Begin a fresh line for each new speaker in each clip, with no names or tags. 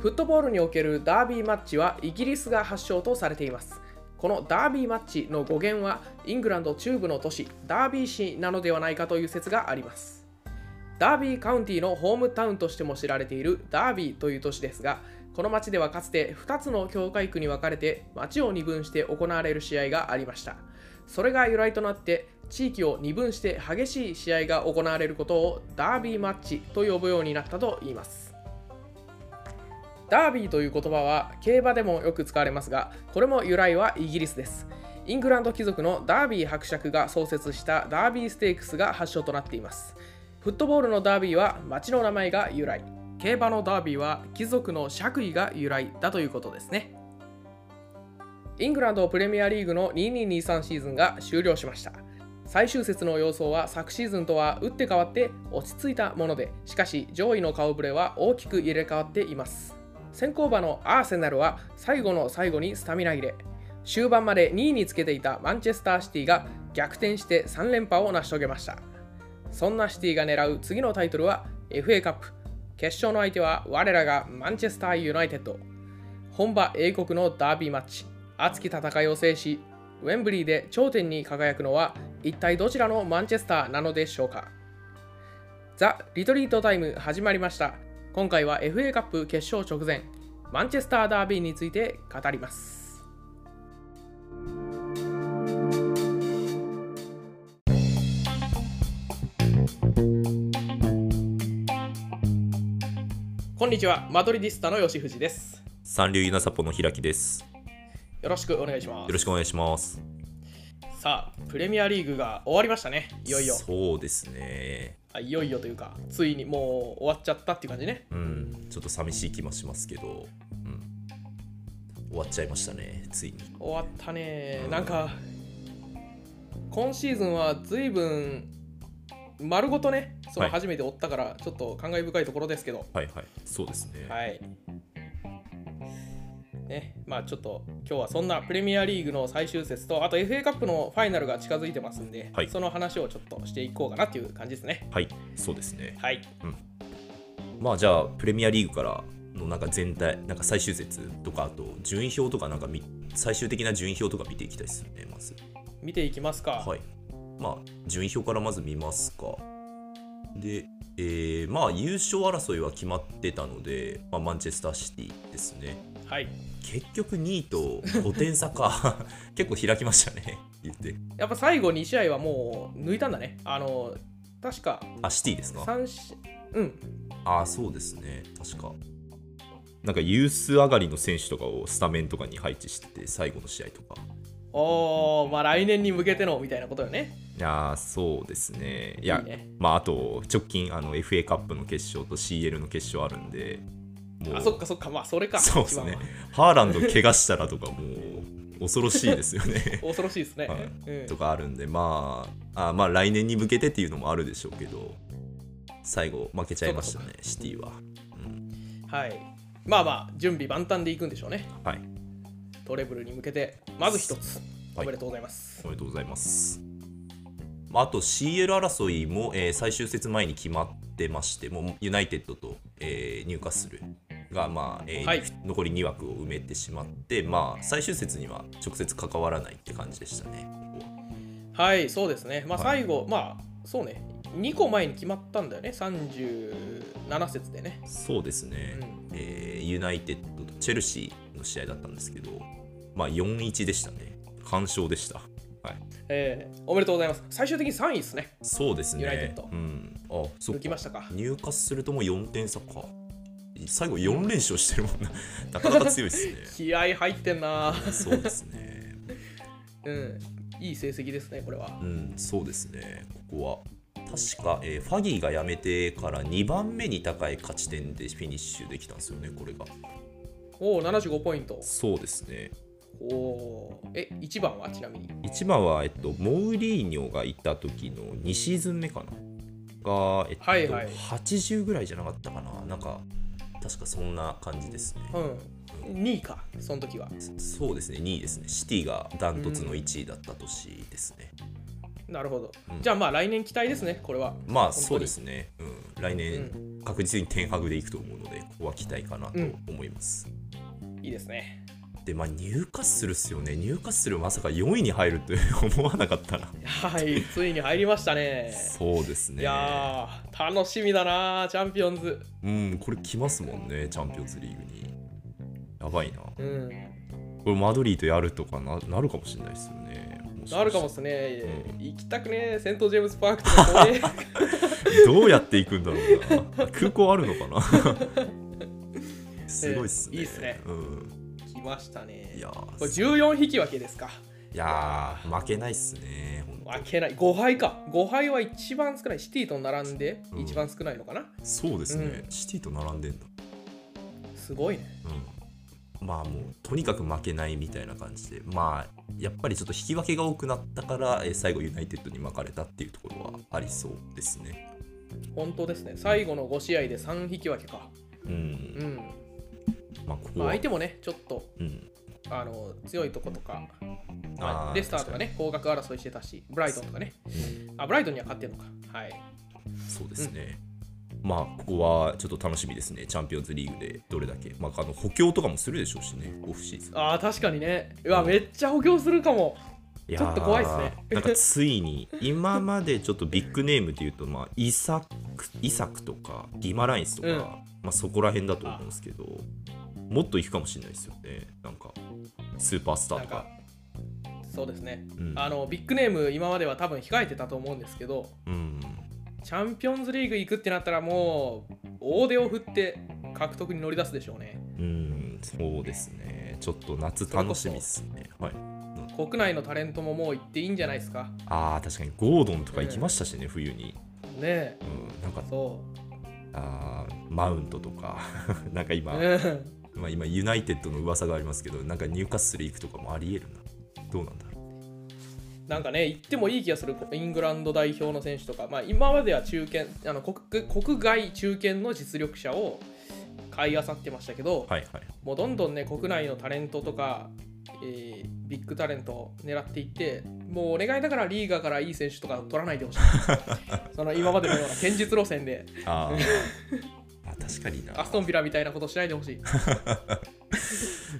フットボールにおけるダービーマッチはイギリスが発祥とされていますこのダービーマッチの語源はイングランド中部の都市ダービー市なのではないかという説がありますダービーカウンティのホームタウンとしても知られているダービーという都市ですがこの町ではかつて2つの教会区に分かれて町を二分して行われる試合がありましたそれが由来となって地域を二分して激しい試合が行われることをダービーマッチと呼ぶようになったといいますダービーという言葉は競馬でもよく使われますがこれも由来はイギリスですイングランド貴族のダービー伯爵が創設したダービーステークスが発祥となっていますフットボールのダービーは町の名前が由来競馬のダービーは貴族の爵位が由来だということですねイングランドプレミアリーグの2223シーズンが終了しました最終節の様相は昨シーズンとは打って変わって落ち着いたものでしかし上位の顔ぶれは大きく入れ替わっています先行馬のアーセナルは最後の最後にスタミナ切れ終盤まで2位につけていたマンチェスターシティが逆転して3連覇を成し遂げましたそんなシティが狙う次のタイトルは FA カップ決勝の相手は我らがマンチェスターユナイテッド本場英国のダービーマッチ熱き戦いを制しウェンブリーで頂点に輝くのは一体どちらのマンチェスターなのでしょうかザ・リトリートタイム始まりました今回は FA カップ決勝直前マンチェスターダービーについて語りますこんにちはマドリディスタの吉藤です
三流稲ポの開きです。
よろしくお願いしま
よ
す
ろしくお願いします。
さあプレミアリーグが終わりましたねいよいよ
そうですね。
あいよいよというかついにもう終わっちゃったっていう感じね
うん、ちょっと寂しい気もしますけど、うん、終わっちゃいましたね、ついに。
終わったねなんか今シーズンは随分丸ごとねその
はい
初めて追ったからちょっと感慨深いところですけど
はいはい、そうですね。
はい、ねまあちょっと今日はそんなプレミアリーグの最終節とあと FA カップのファイナルが近づいてますんで、
はい
その話をちょっとしていこうかなっていう感じですね
はい、そうですね。
はい
まあじゃあ、プレミアリーグからのなんか全体、なんか最終節とか、あと順位表とか、なんかみ最終的な順位表とか見ていきたいですよね、まず。
見ていきますか、
はい。まあ、順位表からまず見ますか。で、えーまあ、優勝争いは決まってたので、まあ、マンチェスターシティですね。
はい
結局2位と5点差か 結構開きましたね言って
やっぱ最後2試合はもう抜いたんだねあの確か
あシティですか
3試うん
あそうですね確かなんかユース上がりの選手とかをスタメンとかに配置してて最後の試合とか
おー、まあ来年に向けてのみたいなことよね。
いやーそうですねいや
いいね
まああと直近あの FA カップの決勝と CL の決勝あるんでも
あ、そっかそっか、まあそ れか。
そうですね
一番は
ハーランド怪我したらとかもう恐ろしいですよね
恐ろしいですね。
はい
うん
とかあるんで、まあ、あまあ来年に向けてっていうのもあるでしょうけど最後負けちゃいましたねシティは、うん
はい。まあまあ、準備万端でいくんでしょうね。
はい
トレブルに向けて、まず一つ。
はい
おめでとうございます。
おめでとうございますまああと CL 争いも、えー最終節前に決まってましてもうユナイテッドと、えー、ニューカッスルが、まあえー
はい
残り2枠を埋めてしまって、まあ、最終節には直接関わらないって感じでしたね。ここは
はい、そうですね。まあ
はい
最後、まあそうね、2個前に決まったんだよね、37節でね。
そうですね、えーユナイテッドとチェルシーの試合だったんですけど、まあ、4-1でしたね、完勝でした。はい、
えーおめでとうございます。最終的に3位ですね。
そうですね、
ユナイテッド
うん、あそっ
抜き
か
ましたか。
入荷するとも4点差か、最後4連勝してるもんな、 なかなか強 いですね。
気合入ってんな。
そうですね、
うん。いい成績ですね、これは。
うん、そうですね、ここは。確か、えーファギーが辞めてから2番目に高い勝ち点でフィニッシュできたんですよね、これが。
おお、75ポイント。
そうですね。
おおー。え、1番はちなみに。
一番は、えっと、モウリーニョがいた時の2シーズン目かなが、えっと
はいはい
80ぐらいじゃなかったかななんか確かそんな感じですね、
うん。2位か、その時は。
そうですね2位ですねシティがダントツの1位だった年ですね、
なるほど。
うん
じゃあまあ来年期待ですね、これは。
まあ
本当に
そうですね、うん、来年確実に天白でいくと思うので、ここは期待かなと思います。
いいです ね。
で、まあ、ニューカッスルっすよね。ニューカッスルまさか4位に入ると 思わなかったな。
はい、ついに入りましたね。
そうですね。
いやー、楽しみだなー、チャンピオンズ。
うん、これ来ますもんね、チャンピオンズリーグに。やばいな。こ
うん、
れマドリードやるとかななるかもしれないですよね。ししたら
なるかもっすね。行きたくねー、セントジェームズパークとか怖え
どうやって行くんだろう な。空港あるのかなすごいっすね。
えいいっすね
うん、
来ましたね。
いや
これ
ー
14匹分けですか。
いやー負けないっすね。ほんと
負けない。5敗か。5敗は一番少ない。シティと並んで
うん
一番少ないのかな。
そうですね、シティと並んでんだ。
すごいね。
うん、まあもうとにかく負けないみたいな感じでまあやっぱりちょっと引き分けが多くなったから、えー最後ユナイテッドに巻かれたっていうところはありそうですね。
本当ですね。最後の5試合で3匹分けか。
うん
うん。
まあここ
まあ、
は、
相手もね、ちょっと
うん、
あの強いとことか、
あー
レスターとかね、高額争いしてたし、ブライトンとかね。あ、ブライトンには勝ってるのか。はい。
そうですね。まあここはちょっと楽しみですね、チャンピオンズリーグでどれだけ、まあ、あの補強とかもするでしょうしね、オフシーズン。
ああ、確かにね。うわ、めっちゃ補強するかも。
いや
ち
ー
ょっと怖いっすね
なんかついに今までちょっとビッグネームでいうと、まあ、イサクイサクとかギマラインスとか、
うん
まあ、そこら辺だと思うんですけどもっといくかもしれないですよねなんかスーパースター
なん
とか
か。そうですね、
うん
あのビッグネーム今までは多分控えてたと思うんですけど
うん
チャンピオンズリーグ行くってなったらもう大手を振って獲得に乗り出すでしょうね
うんそうですねちょっと夏楽しみですねはい
国内のタレントももう行っていいんじゃないですか
あー確かにゴードンとか行きましたしね、冬に、
ねえ
うん、なんか
そ
あーマウントとか なんか
う、
今、
うん
まあ、今ユナイテッドの噂がありますけどなんか入荷する行くとかもありえるなどうなんだろう
なんかね行ってもいい気がするイングランド代表の選手とか、まあ、今までは中堅あの国国外中堅の実力者を買い漁ってましたけど、
はいはい。
もうどんどんね国内のタレントとか、えービッグタレントを狙っていってもうお願いだからリーガーからいい選手とか取らない でほしいその今までのような堅実路線で
あー あ、確かにな
ア。ストンビラみたいなことしないでほしい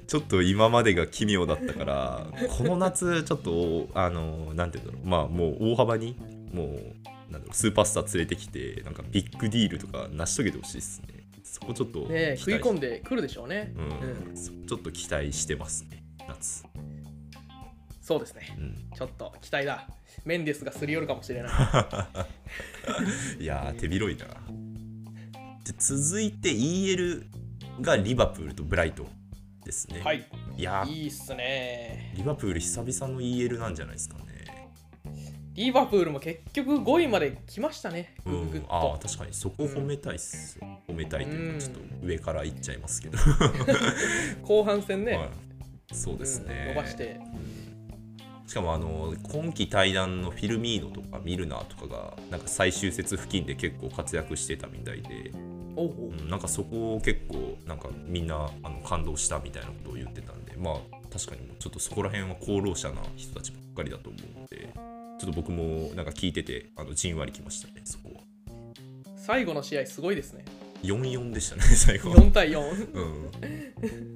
ちょっと今までが奇妙だったから、この夏、ちょっと、あの、なんていうんだろう、まあ、もう大幅に、もう、なんだろう、スーパースター連れてきて、なんかビッグディールとか成し遂げてほしいですね。そこちょっと期待
ね
し
食い込んでくるでしょうね、
うん、そちょっと期待してますね、夏。
そうですね
うん、
ちょっと期待だメンデスがすり寄るかもしれない
いやー、手広いな。で続いて EL がリバプールとブライトンですね。
はい
いやー
いいっすね
リバプール久々の EL なんじゃないですかね。
リバプールも結局5位まで来ましたね
う
ぐぐぐっ
ん、ああ
と、
確かにそこ褒めたいっすよ、褒めたいというかちょっと上からいっちゃいますけど、
後半戦ね、
はい、そうですね、
うん伸ばして
しかもあの今季対談のフィルミーノとかミルナーとかがなんか最終節付近で結構活躍してたみたいで、
おうおう
うん、なんかそこを結構なんかみんなあの感動したみたいなことを言ってたんでまあ確かにもうちょっとそこら辺は功労者な人たちばっかりだと思うのでちょっと僕もなんか聞いててあのじんわりきましたねそこは
最後の試合すごいですね
4-4でしたね最後は
4対4
うん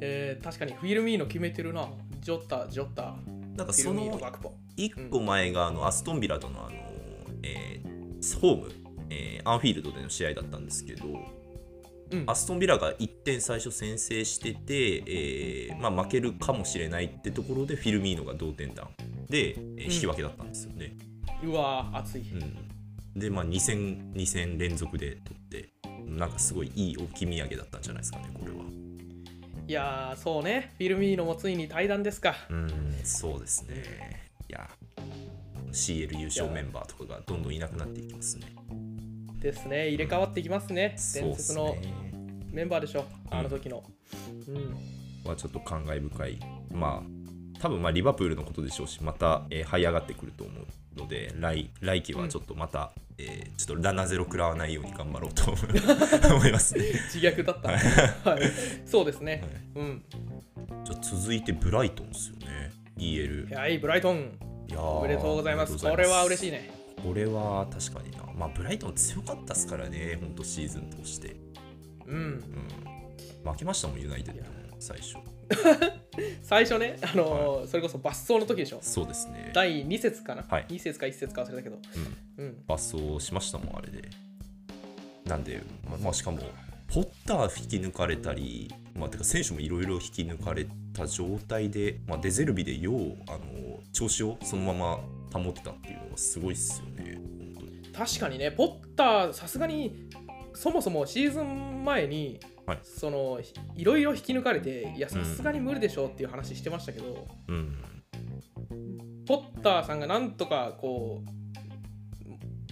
えー確かにフィルミーノ決めてるな。ジョッタ、ジョッタ、
なんか
フィ
そ
ルミーノ、
の
ガクポ。
1個前があのアストンビラとのあの、えーホーム、えーアンフィールドでの試合だったんですけど
うん
アストンビラが1点最初先制してて、えーまあ、負けるかもしれないってところでフィルミーノが同点弾で、えー
うん
引き分けだったんですよね。
うわー、熱い。
うんで、まあ、2戦2戦連続で取ってなんかすごいいい置き土産だったんじゃないですかねこれは。
いやー、そうね。フィルミーノもついに対談ですか。
うん、そうですね。いや、CL 優勝メンバーとかがどんどんいなくなっていきますね。
ですね。入れ替わってきますね。
そう
伝
で
説
す
の
ね。
メンバーでしょ。あの時の。うん。
はちょっと感慨深い。まあ、多分まあリバプールのことでしょうし、また、えー、這い上がってくると思うので、来来季はちょっとまた、えーちょっとラナゼロ食らわないように頑張ろうと思いますね。
自虐だった。はい。そうですね。うん。
じゃあ続いてブライトンですよね。EL。
はい、ブライトン。
いや
おめでとうございます。これは嬉しい
ね。
ね。
これは確かにな。まあ、ブライトン強かったですからね、本当シーズン通して。
うん、
負けましたもん、ユナイテッドも最初。
最初ね、あのーそれこそ抜走の時でしょ。
そうですね。
第2節かな、
はい
2節か1節か忘れたけど。
うん
うん、
罰走しましたもんあれでなんで、まあまあ、しかもポッター引き抜かれたり、まあ、てか選手もいろいろ引き抜かれた状態で、まあ、デゼルビでようあの調子をそのまま保ったっていうのはすごいっすよね本当に
確かにね、ポッター、さすがにそもそもシーズン前に、
はい
そのひいろいろ引き抜かれて、いや、さすがに無理でしょうっていう話してましたけど、
うん
ポッターさんがなんとかこ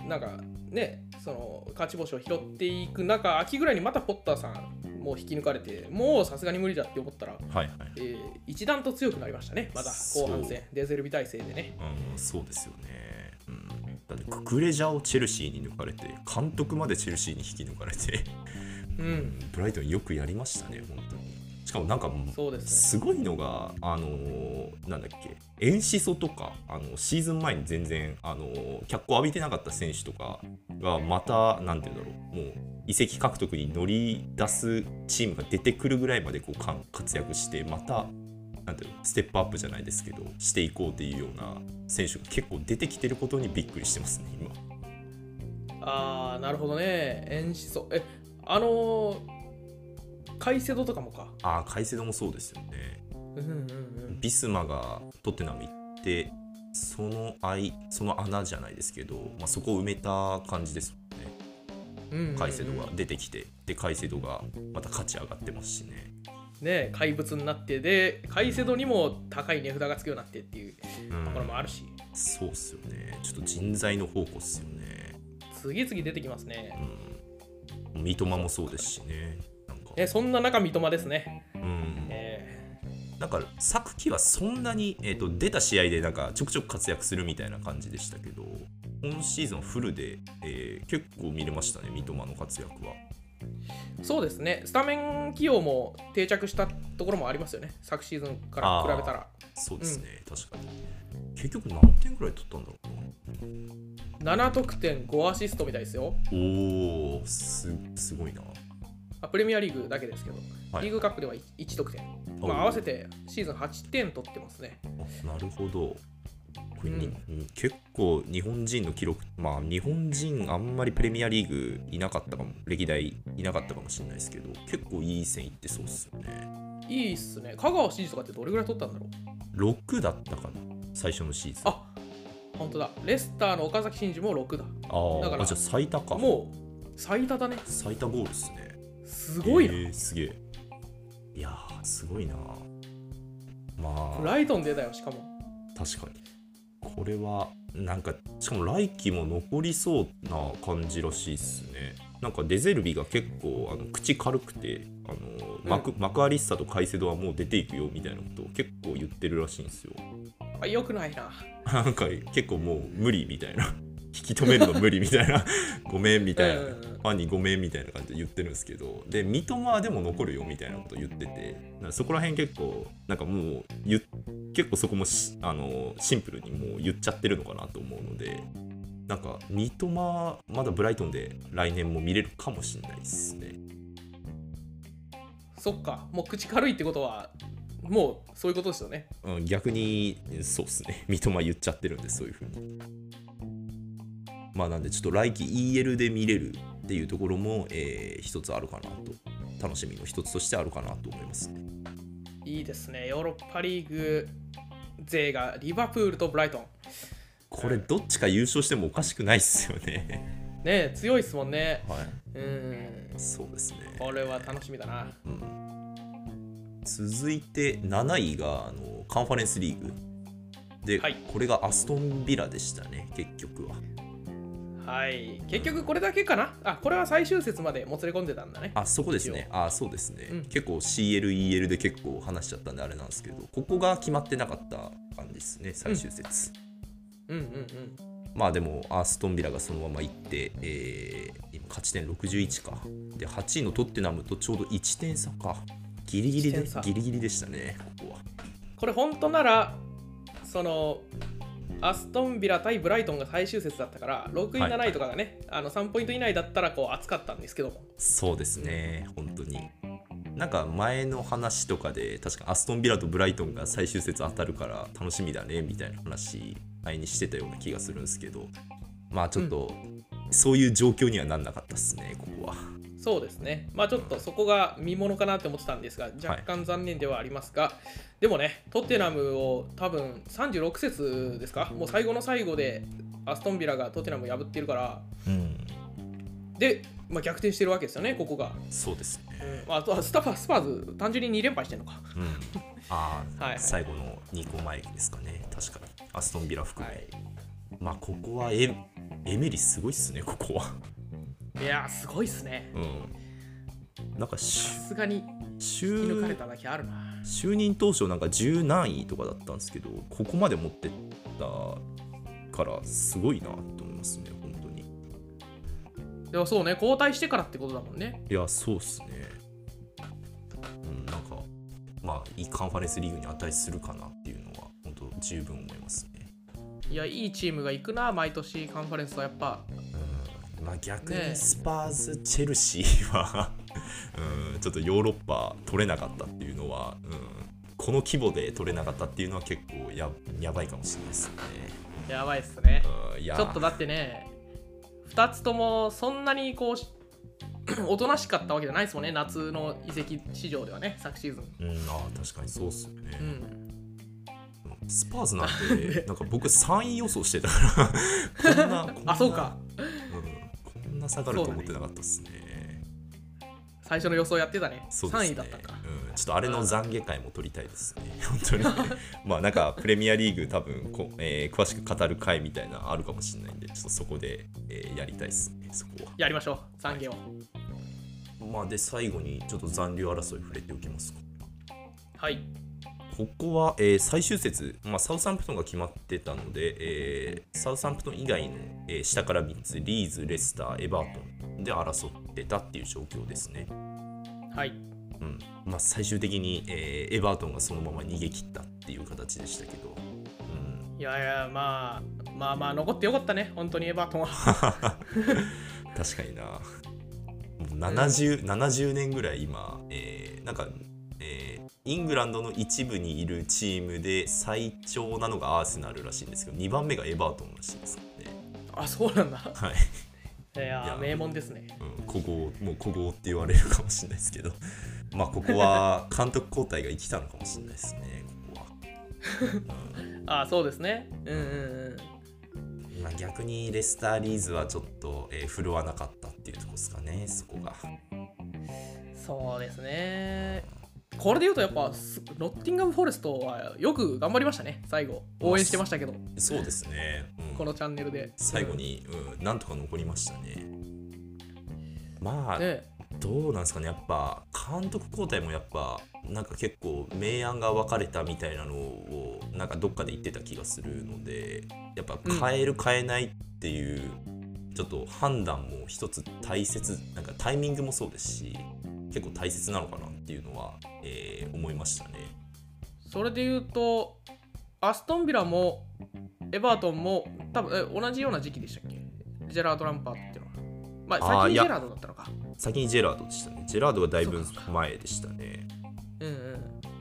う、なんかね、その勝ち星を拾っていく中、秋ぐらいにまたポッターさんも引き抜かれて、もうさすがに無理だって思ったら、
はいはい
えー一段と強くなりましたね、まだ後半戦、デゼルビ体制でね。
うん、そうですよね、うん、だってククレジャーをチェルシーに抜かれて監督までチェルシーに引き抜かれて
うん、
ブライトンよくやりましたね本当にしかもなんか
そうですね。
すごいのが、あのーなんだっけ、演シソとか、あのシーズン前に全然、あのー脚光浴びてなかった選手とかが、また、なんていうんだろう、もう、移籍獲得に乗り出すチームが出てくるぐらいまでこうかん活躍して、また、なんていうの、ステップアップじゃないですけど、していこうっていうような選手が結構出てきてることにびっくりしてますね、今。
ああ、なるほどね。演出そう。え、あのー、カイセドとかもか。
ああ、カイセドもそうですよね。
うんうんうん。
ビスマがトッテナム行ってその愛その穴じゃないですけど、まあ、そこを埋めた感じですもんね
うんうんうん
カイセドが出てきてでカイセドがまた勝ち上がってますしね、
ね、怪物になって、で、カイセドにも高い値札がつくようになってっていう
う
ところ
ん、
もあるし、
そうっすよねちょっと人材の宝庫っすよね、
次々出てきますね。
うん、三笘もそうですしねなんか
え、そんな中、三笘ですね。
うん
え
なんか昨季はそんなに、えー、と出た試合でなんかちょくちょく活躍するみたいな感じでしたけど今シーズンフルで、えー結構見れましたね三笘の活躍は
ーそうですね。スタメン起用も定着したところもありますよね。昨シーズンから比べたら。
そうですね、確かに。結局何点ぐらい取ったんだろうな。
7得点5アシストみたいですよ。
おお、すすごいな。
あプレミアリーグだけですけど、
はい
リーグカップでは 1, 得点、まあ、合わせてシーズン8点取ってますね。
あなるほど。これに
う
結構日本人の記録、まあ日本人あんまりプレミアリーグいなかったかも、歴代いなかったかもしれないですけど、結構いい線いってそうっすよね。
いいっすね。香川真司とかってどれぐらい取ったんだろう
6だったかな、最初のシーズン。
あ本当だ。レスターの岡崎真司も6だ。
あー
だから
あ、じゃあ最多か。
もう最多だね。
最多ゴールっすね。
すごいな。
えーすげえ。いやー、すごいな。まあ
ブ。ライトン出たよ、しかも。
確かにこれはなんかしかも来季も残りそうな感じらしいっすねなんかデゼルビが結構あの口軽くてあの、
うん
マクマクアリッサとカイセドはもう出ていくよみたいなことを結構言ってるらしいんですよ
あよくないな。
なんか結構もう無理みたいな 引き止めるの無理みたいな ごめんみたいな、
うんうんうん
ファンにごめんみたいな感じで言ってるんですけどで三笘はでも残るよみたいなこと言っててなんかそこら辺結構なんかもう言っ結構そこもしあのシンプルにもう言っちゃってるのかなと思うのでなんか三笘まだブライトンで来年も見れるかもしれないですね
そっか、もう口軽いってことは、もうそういうことですよね。
うん、逆にそうっすね 三笘言っちゃってるんでそういうふうにまあなんでちょっと来季 EL で見れるっていうところも、えー一つあるかなと楽しみの一つとしてあるかなと思いますね
いいですね。ヨーロッパリーグ勢がリバプールとブライトン。
これどっちか優勝してもおかしくないっすよね
ねえ強いっすもんね。
はい
うん。
そうですね
これは楽しみだな。
続いて7位があのカンファレンスリーグで、
はい
これがアストンビラでしたね結局は
はい、結局これだけかなあこれは最終節までもつれ込んでたんだね
あそこですね、あそうですね、
うん
結構 CLEL で結構話しちゃったんであれなんですけど、ここが決まってなかった感じですね、最終節。
うんうん
まあでも、アーストンビラがそのまま行って、えー今勝ち点61か。で、8位のトッテナムとちょうど1点差か。ギリギリ
1
で
点差、
ギリギリでしたね、ここは。
これ本当ならそのアストンビラ対ブライトンが最終節だったから6位
はい
7位とかがね、あの3ポイント以内だったらこう熱かったんですけども
そうですね、本当に。なんか前の話とかで、確かアストンビラとブライトンが最終節当たるから楽しみだねみたいな話、前にしてたような気がするんですけど、まあちょっと、そういう状況にはなんなかったですね、ここは。
そうですねまあちょっとそこが見ものかなって思ってたんですが若干残念ではありますが、でもねトッテナムを多分36節ですかもう最後の最後でアストンビラがトッテナムを破ってるから
うん、
で、まあ、逆転してるわけですよねここが、
そうですね。
うんまあ、あとはスタファスパーズ単純に2連敗してるのか
うん、ああ、
はい
最後の2個前ですかね、確かに。アストンビラ含め。まあここはエエメリすごいっすね、ここは。
いやーすごいっすね
うん。なんか
さ、
し
すがに
週
引き抜かれただけあるな
就任当初なんか10何位とかだったんですけどここまで持ってったからすごいなと思いますね本当にい
でもそうね交代してからってことだもんね
やそうっすねうんなんかまあいいカンファレンスリーグに値するかなっていうのは本当十分思いますね
いやいいチームが行くな毎年カンファレンスはやっぱ
うんまあ逆
ねえ
にスパーズ、チェルシーは うんちょっとヨーロッパ取れなかったっていうのは、うん、この規模で取れなかったっていうのは結構ややばいかもしれないですね、
やばいっすね
うん、いや
ちょっとだってね2つともそんなにこうし おとなしかったわけじゃないですもんね夏の移籍市場ではね昨シーズン
うん、ああ確かにそうっすよね、
うん
スパーズなんてなんか僕3位予想してたからこん なこんな
あそうか、
うん、こんな下がると思ってなかったっすね
最初の予想やってたね
そうです
3
ね
位だったか
うん、ちょっとあれの懺悔会も取りたいです ね本当にまあなんかプレミアリーグ多分こ、えー詳しく語る会みたいなのあるかもしれないんでちょっとそこで、えーやりたいっすねそこは
やりましょう残業を
まあで最後にちょっと残留争い触れておきますか
はい
ここは、えー最終節、まあ、サウサンプトンが決まってたので、えーサウサンプトン以外の、えー下から3つ、リーズ、レスター、エバートンで争ってたっていう状況ですね。
はい
うんまあ、最終的に、えーエバートンがそのまま逃げ切ったっていう形でしたけど、うん、
いやいやまあまあまあ残ってよかったね本当にエバートンは
確かにな。もう 70, 70年ぐらい今、えーなんか、えーイングランドの一部にいるチームで最長なのがアーセナルらしいんですけど、2番目がエバートンらしいですからね。
あそうなんだ
は
い
い、
や
いや
名門ですね
うん、古豪もう古豪って言われるかもしれないですけど まあここは 監督交代が生きたのかもしれないですねここは、
あそうですねうんうんうん
うんまあ、逆にレスター・リーズはちょっと、えー振るわなかったっていうとこですかねそこが
そうですね。これで言うと、やっぱすノッティンガム・フォレストはよく頑張りましたね、最後。応援してましたけど、
そうですね、うん
このチャンネルで。
最後に、うん、なんとか残りましたねまあ、
ね、
どうなんですかねやっぱ監督交代もやっぱなんか結構明暗が分かれたみたいなのをなんかどっかで言ってた気がするのでやっぱ変える変えないっていう、ちょっと判断も一つ大切なんかタイミングもそうですし結構大切なのかなっていうのは、えー思いましたね。
それで言うと、アストンビラもエバートンも多分え同じような時期でしたっけジェラード・ランパーっていうのは。まあ、最近
あーい
ジ
や
ェラードだったのか。
先にジェラードでしたね。ジェラードがだいぶ
そうか
前でしたね。
うんうん。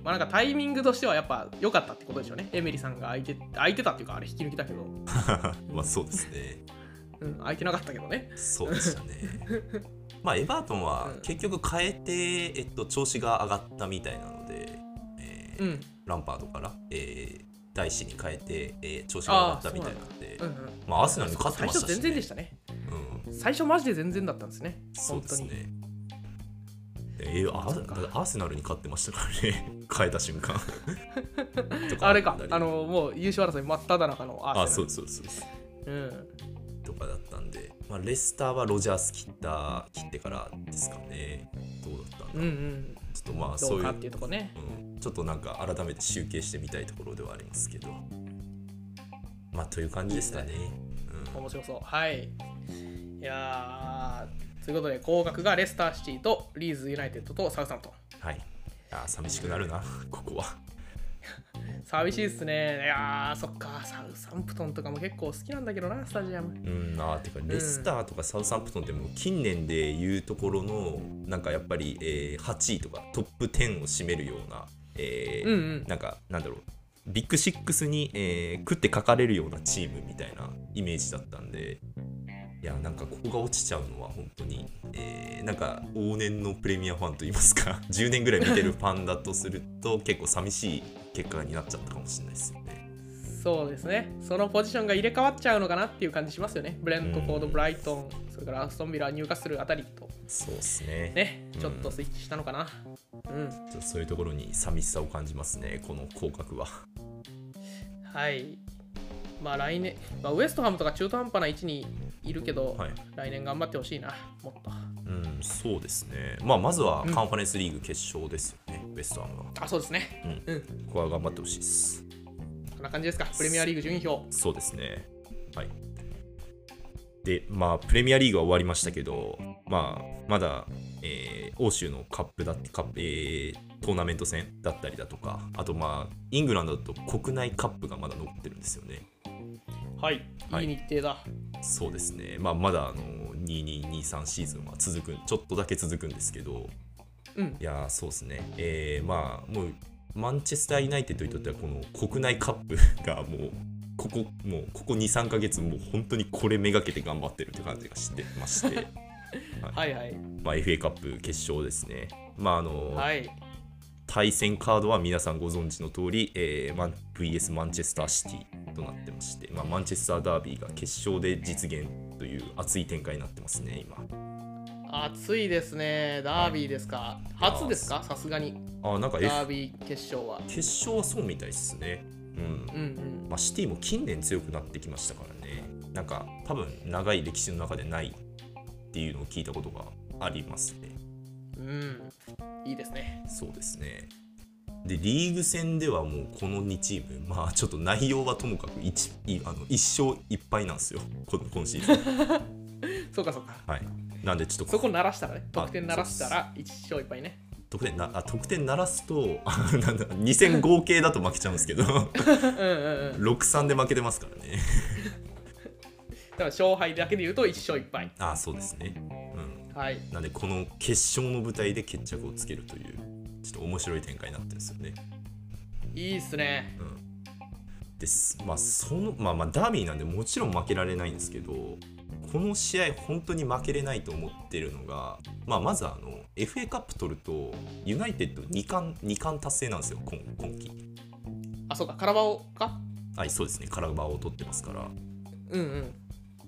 まあ、なんかタイミングとしてはやっぱ良かったってことでしょうね。エミリさんが空いて空いてたっていうか、あれ引き抜きだけど、
まあそうですね。
うん、空いてなかったけどね。
そうでしたね。まあエバートンは
うん
結局変えて、えっと、調子が上がったみたいなので、えー
うん。
ランパードから、えー、大志に変えて、えー調子が上がったみたいなので
うんうん、
まあアーセナルに勝って
最
まし
初
たし、ね、
全然でしたね。
うん、
最初マジで全然だったんですね。
そう
本
で
当
す
に。
ね。えー、アーだからアーセナルに勝ってましたからね、 変えた瞬間。と
あれか
だっ、た
あ
り
のもう優勝争い真っ只中のアー
あ、
セ
そ
ナ
うそうそうそう。
ル。うん。
とかだったんで、まあ、レスターはロジャース切った切ってからですかね。どうだったんだ
うんうん。
ちょっとまあ
ど
そう
う
い
か
う
っていうとこね。
うん、ちょっとなんか改めて集計してみたいところではありますけどまあという感じですかね。うん
面白そう。はい。いやー、ということで、降格がレスターシティとリーズユナイテッドとサウサントン。
はい、あー寂しくなるなここは。
寂しいっすねいやーそっかサウサンプトンとかも結構好きなんだけどなスタジアム
うん、あーてかレスターとかサウサンプトンってもう近年でいうところのなんかやっぱり、えー8位とかトップ10を占めるような、え
う
ー
んうん
なんかなんだろうビッグシックスに、えー食って書かれるようなチームみたいなイメージだったんでいやなんかここが落ちちゃうのは本当に、えーなんか往年のプレミアファンといいますか 10年ぐらい見てるファンだとすると結構寂しい結果になっちゃったかもしれないですよね。
そうですねそのポジションが入れ替わっちゃうのかなっていう感じしますよねブレントフォードブライトンそれからアストンビラ入荷するあたりと
そうですね
ね
うん
ちょっとスイッチしたのかなうん
ちょっとそういうところに寂しさを感じますね、この降格は。
はいまあ来年、まあ、ウエストハムとか中途半端な位置にいるけど、
はい
来年頑張ってほしいなもっと
うん、そうですね。まあ、まずはカンファレンスリーグ決勝ですよね、ウエストハムは。
あそうですね
うん、
うん
ここは頑張ってほしいです。
こんな感じですかプレミアリーグ順位表
そうですね。はい。で、まあ、プレミアリーグは終わりましたけど、まあ、まだ、えー欧州のカップだって、カップ、えートーナメント戦だったりだとか、あと、まあ、イングランドだと国内カップがまだ残ってるんですよね。
はい
はい
いい日程だ、
そうですね、まあ、まだあの2223シーズンは続く、ちょっとだけ続くんですけど、
うん
いやーそうですね、えーまあ、もうマンチェスター・ユナイテッドにとっては、この国内カップ がもう、ここ、もうここ2、3ヶ月、もう本当にこれめがけて頑張ってるって感じがしてまして、
はいはい
まあ、FA カップ決勝ですね。まああの
はい
対戦カードは皆さんご存知の通り、えーマン VS マンチェスターシティとなってまして、まあ、マンチェスターダービーが決勝で実現という熱い展開になってますね、今。
暑いですねダービーですか、
はい
初ですかさすがに
あなんか、
ダー
F、
ビー決勝は
決勝はそうみたいですね。うん
うんうん
まあ、シティも近年強くなってきましたからね、なんか多分長い歴史の中でないっていうのを聞いたことがありますね。
うんいいですね
そうですね。で、リーグ戦ではもうこの2チーム、まあちょっと内容はともかく 1, いあの1勝1敗なんですよ、こ今シーズン。
そうかそうか
はい、なんでちょっと
そ
こ
こ鳴らしたらね得点鳴らしたら1勝1敗ね
得点なあ得点鳴らすと あなんだ2戦合計だと負けちゃうんですけど
うんうんうん
6-3で負けてますからね。
だから勝敗だけで言うと1勝1敗
あそうですね。うん
はい
なんでこの決勝の舞台で決着をつけるというちょっと面白い展開になってるんですよね。
いいっすね
ですまあそのまあまあダービーなんでもちろん負けられないんですけどこの試合本当に負けれないと思ってるのが、まあ、まずあの FA カップ取るとユナイテッド2冠二冠達成なんですよ今今季。
あそうかカラバオか
はいそうですねカラバーを取ってますから。
うんうん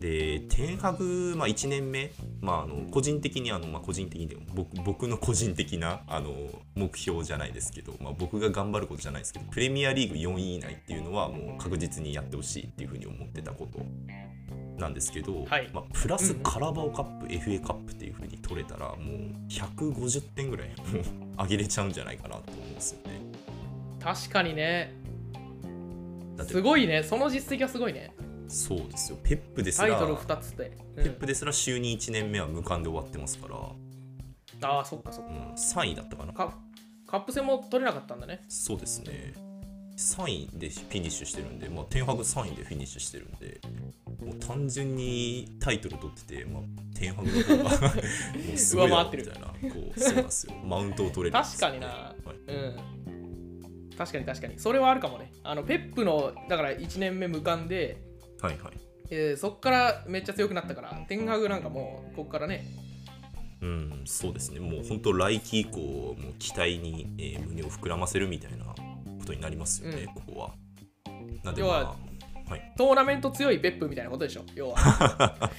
で天白、まあ、1年目、まあ、あの個人的にあの、まあ、個人的にでも僕僕の個人的なあの目標じゃないですけど、まあ、僕が頑張ることじゃないですけどプレミアリーグ4位以内っていうのはもう確実にやってほしいっていうふうに思ってたことなんですけど、
はい
まあ、プラス
うんうん
カラバオカップ、FA カップっていうふうに取れたらもう150点ぐらいもう上げれちゃうんじゃないかなと思うんですよね。
確かにね
だって
すごいねその実績はすごいね
そうですよペップです
タイ
ら
トル2つで、う
ペップ
ん、
ですら就任1年目は無冠で終わってますから。
ああそっかそっか
うん、3位だったかな
カカップ戦も取れなかったんだね
そうですね3位でフィニッシュしてるんで、まあ、天白3位でフィニッシュしてるんでもう単純にタイトル取ってて、まあ、天白の方がもうすごい
上
な
回って
み
る
たいなこうそうなんですよマウントを取れるんで
確
すよ
か
ね
にな
はい
うん確かに確かにそれはあるかもねあのペップのだから1年目無冠で、
はいはい
えーそっからめっちゃ強くなったから天狗なんかもうここからね
うんそうですねもう本当来季以降もう期待に、えー胸を膨らませるみたいなことになりますよね、
うん
ここはなんで
要は
まあはい
トーナメント強いペップみたいなことでしょ要 は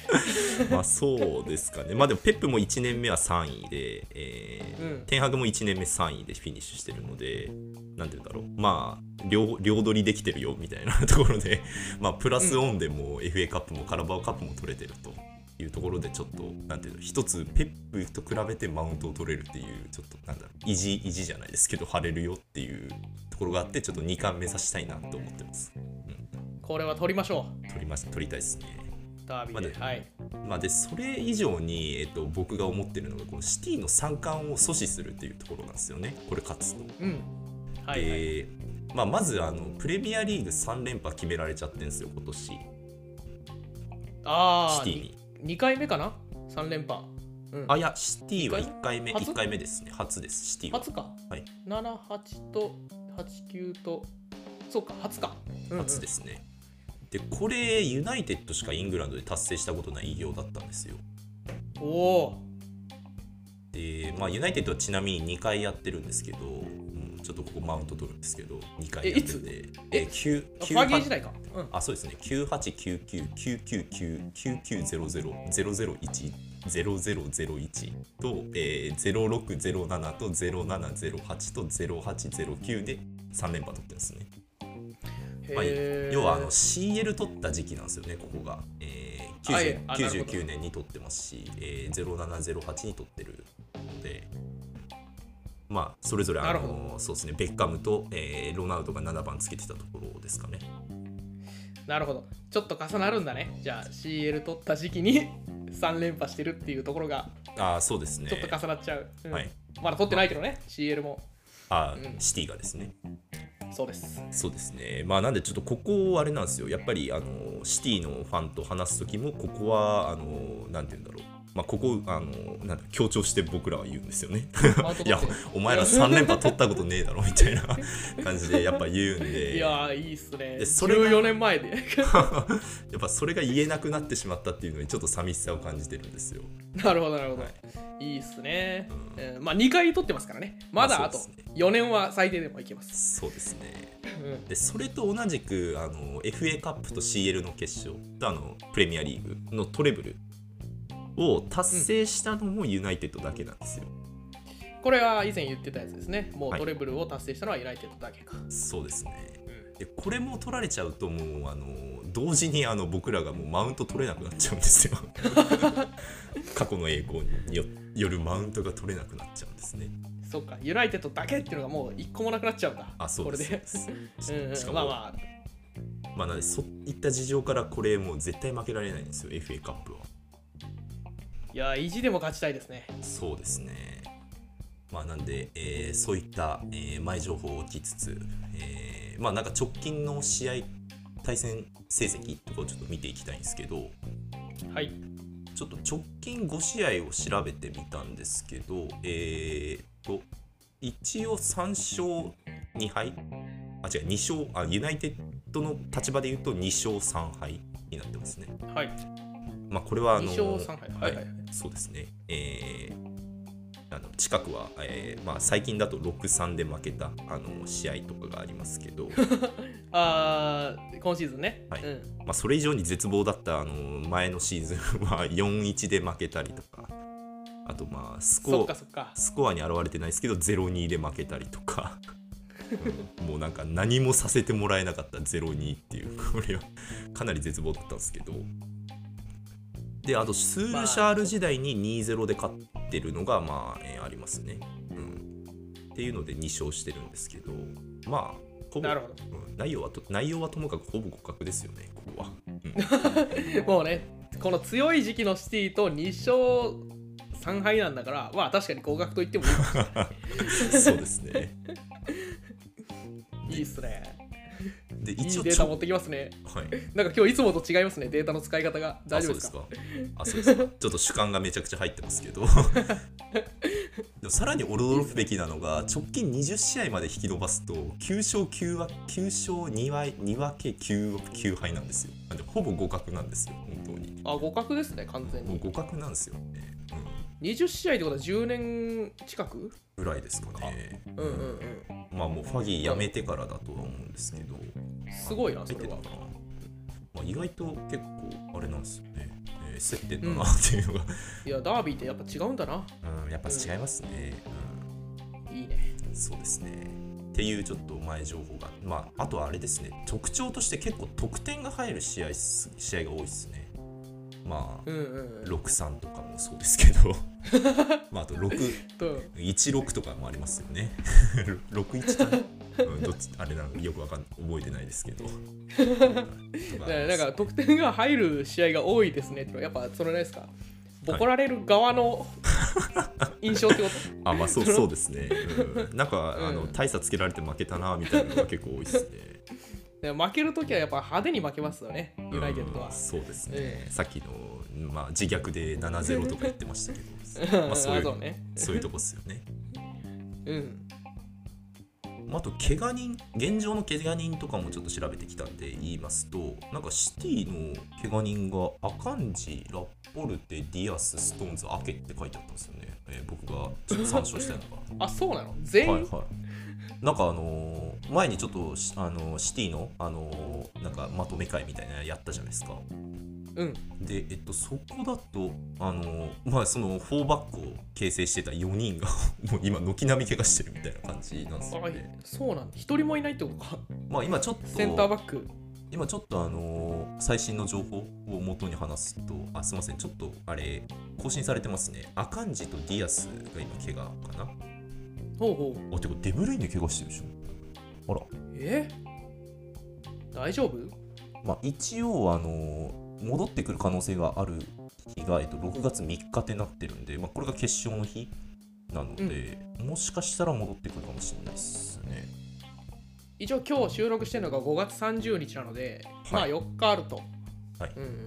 まあそうですかね。まあでもペップも1年目は3位で、えー
うん
天白も1年目3位でフィニッシュしてるので、なんて言うんだろう。まあ両両取りできてるよみたいなところで、 まあプラスオンでも FA カップもカラバオカップも取れてると。いうところでちょっとなんていうの一つペップと比べてマウントを取れるっていうちょっとなんだろう意地意地じゃないですけど張れるよっていうところがあってちょっと2冠目指したいなと思ってます
これは取りましょ
取ります取りたいですね
うダービーで、
ま
はい
まあ、でそれ以上に、えっと、僕が思ってるのがこのシティの三冠を阻止するっていうところなんですよねこれ勝つと。
うんはいはい、
でまあ、まずあのプレミアリーグ3連覇決められちゃってんですよ今年シ
ああ、
ティに
2回目かな ?3 連覇。うん、
あいやシティは1回目
初
1回目ですね初ですシティは
初か。
はい
7、8と8、9と、そうか、初か。うんうん
初ですねでこれユナイテッドしかイングランドで達成したことない偉業だったんですよ
おお
で、まあ、ユナイテッドはちなみに2回やってるんですけど、うんちょっとここマウント取るんですけど2回やってて
え
え9
ー、ファギー時代か。うん、
あそうですね989999990000010001と、えー、0607と0708と0809で3連覇取ってるんですね、まあ、
へー
要はあの CL 取った時期なんですよねここが、えー
あいえあなるほど
90 99年に取ってますし、えー、0708に取ってるのでまあそれぞれあ
なるほ
のそうですねベッカムと、えーロナウドが7番つけてたところですかね
なるほど。ちょっと重なるんだね。じゃあ CL 取った時期に 3連覇してるっていうところが
ああそうですね
ちょっと重なっちゃう。うん
はい
まだ取ってないけどね、CL も。
あ、
うん
シティがですね。
そう です。
そうですね。まあなんでちょっとここあれなんですよ。やっぱりあのシティのファンと話す時もここはあのなんて言うんだろう。まあここあのなんだ強調して僕らは言うんです よね。
マウント
い
取
や
って
お前ら3連覇取ったことねえだろみたい な感じでやっぱ言うんで。
いやー、いいっすね。
でそれが
14年前で。
やっぱそれが言えなくなってしまったっていうのにちょっと寂しさを感じてるんですよ。
なるほど、なるほど。、
はい
いっすね
うん。
うんまあ、2回取ってますからね。まだ
ま
あ
あ
と
そうですね
4年は最低でもいけます。
そうですね。
うん
でそれと同じくあの FA カップと CL の決勝とあのプレミアリーグのトレブルを達成したのもユナイテッドだけなんですよ。
これは以前言ってたやつですね。もう
はい
トレブルを達成したのはユナイテッドだけか。
そうですね
うん
でこれも取られちゃうともうあの同時にあの僕らがもうマウント取れなくなっちゃうんです よ。過去の栄光によよるマウントが取れなくなっちゃうんですね。
そっか、ユナイテッドだけっていうのがもう1個もなくなっちゃうんだ。
あそうです。
こ
そうです
れで。うん
し
う
か
ん、
も
まあまあ、
まあなんでそういった事情からこれもう絶対負けられないんですよ FA カップは。
いやー、意地でも勝ちたいですね。
そうですね。まあなんで、えーそういった、えー前情報を聞きつつ、えーまあなんか直近の試合対戦成績とかをちょっと見ていきたいんですけど、
はい。
ちょっと直近5試合を調べてみたんですけど、えーっと、一応3勝2敗、あ、違う、2勝、あ、ユナイテッドの立場で言うと2勝3敗になってますね。
はい。
まあこれはあの
2勝3敗
はい
はいはいはい
そうですね、えー、あの近くは、えーまあ、最近だと6-3で負けたあの試合とかがありま すけど、
あー今シーズンね。
はい
うん
まあ、それ以上に絶望だったあの前のシーズンは4-1で負けたりとかあとまあス
そっ
コ
かそっか。
スコアに現れてないですけど0-2で負けたりとか。うんもうなんか何もさせてもらえなかった0-2っていうこれはかなり絶望だったんですけどであとスールシャール時代に2-0で勝ってるのがまあ、えーありますね、うん、っていうので2勝してるんですけどまあほぼ
なるほど
うん内容はと内容はともかくほぼ互角ですよねここは、うん
もうね、この強い時期のシティと2勝3敗なんだから、まあ確かに合格と言ってもいいかもしれない
そうですね
いいっすね。
で
いい
一応
デー
ち
タ
ょ
持ってきますね。
はい
なんか今日いつもと違いますね、データの使い方が。大丈夫ですか
あそう ですかあそうですかちょっと主観がめちゃくちゃ入ってますけどでもさらに驚くべきなのが直近20試合まで引き伸ばすと9勝9分9勝2分 ,2 分け 9, 9敗なんですよなんでほぼ互角なんですよ本当に
あ、互角ですね、完全
もう
に。
互角なんですよね、
20試合ってことは10年近く
うん、ぐらいですかね
うんうんうん。
まあもうファギーやめてからだとは思うんですけど
すごいな、そ
入
れ
ってた
は
か。な、まあ、意外と結構あれなんですよね、えー、接点だなっていうのが、
いや、ダービーってやっぱ違うんだな。
うん、やっぱ違いますね、うん
いいね。
そうですね。っていうちょっと前情報が、まあ、あとはあれですね、特徴として結構得点が入る試合っす試合が多いですね。まあ、
うんうんうん。
6-3とかもそうですけ ど、まあ、あと6、
と
1-6とかもありますよね。6-1かな、うん、どっちあれなのよくわかん覚えてないです けど。と
ねなんか得点が入る試合が多いですねってのはやっぱそれないですかボコられる側の印象ってこと
あまあそうそうですね、うんなんか、あ
う
の
ん
大差つけられて負けたなみたいなのが結構多いですね
で負けるときはやっぱ派手に負けますよね、ユナイテッド
う
は
ん。そうですね、
ええ
さっきの、まあ、自虐で7-0とか言ってましたけ ど、まあ、そうい
あそう
う
ね
そういうとこっすよね
うん。
あと怪我人現状の怪我人とかもちょっと調べてきたんで言いますとなんかシティの怪我人がアカンジラッポルテディアスストーンズアケって書いてあったんですよね、えー僕がちょっと参照したの が
あ、そうなの全員、
はいはい。なんかあのー前にちょっとしあのーシティのあのーなんかまとめ会みたいなのやったじゃないですか。
うん。
でえっとそこだとあのーまあそのフォーバックを形成してた4人が もう今軒並み怪我してるみたいな感じなんですよ
あ
ね。
そうなんだ。一人もいないってことか。
まあ今ちょっ
センター
と
バック。
今ちょっとあのー最新の情報を元に話すとあすいませんちょっとあれ更新されてますね。アカンジとディアスが今怪我かな。
ほうほう。
あてかデブルイネ怪我してるでしょ。あら。
え大丈夫
まあ、一応、あの戻ってくる可能性がある日が、えっと、6月3日ってなってるんで、まあ、これが決勝の日なので、もしかしたら戻ってくるかもしれないですね。
一応今日収録してるのが5月30日なので、まあ
はい
4日あると。
はい
うんうん。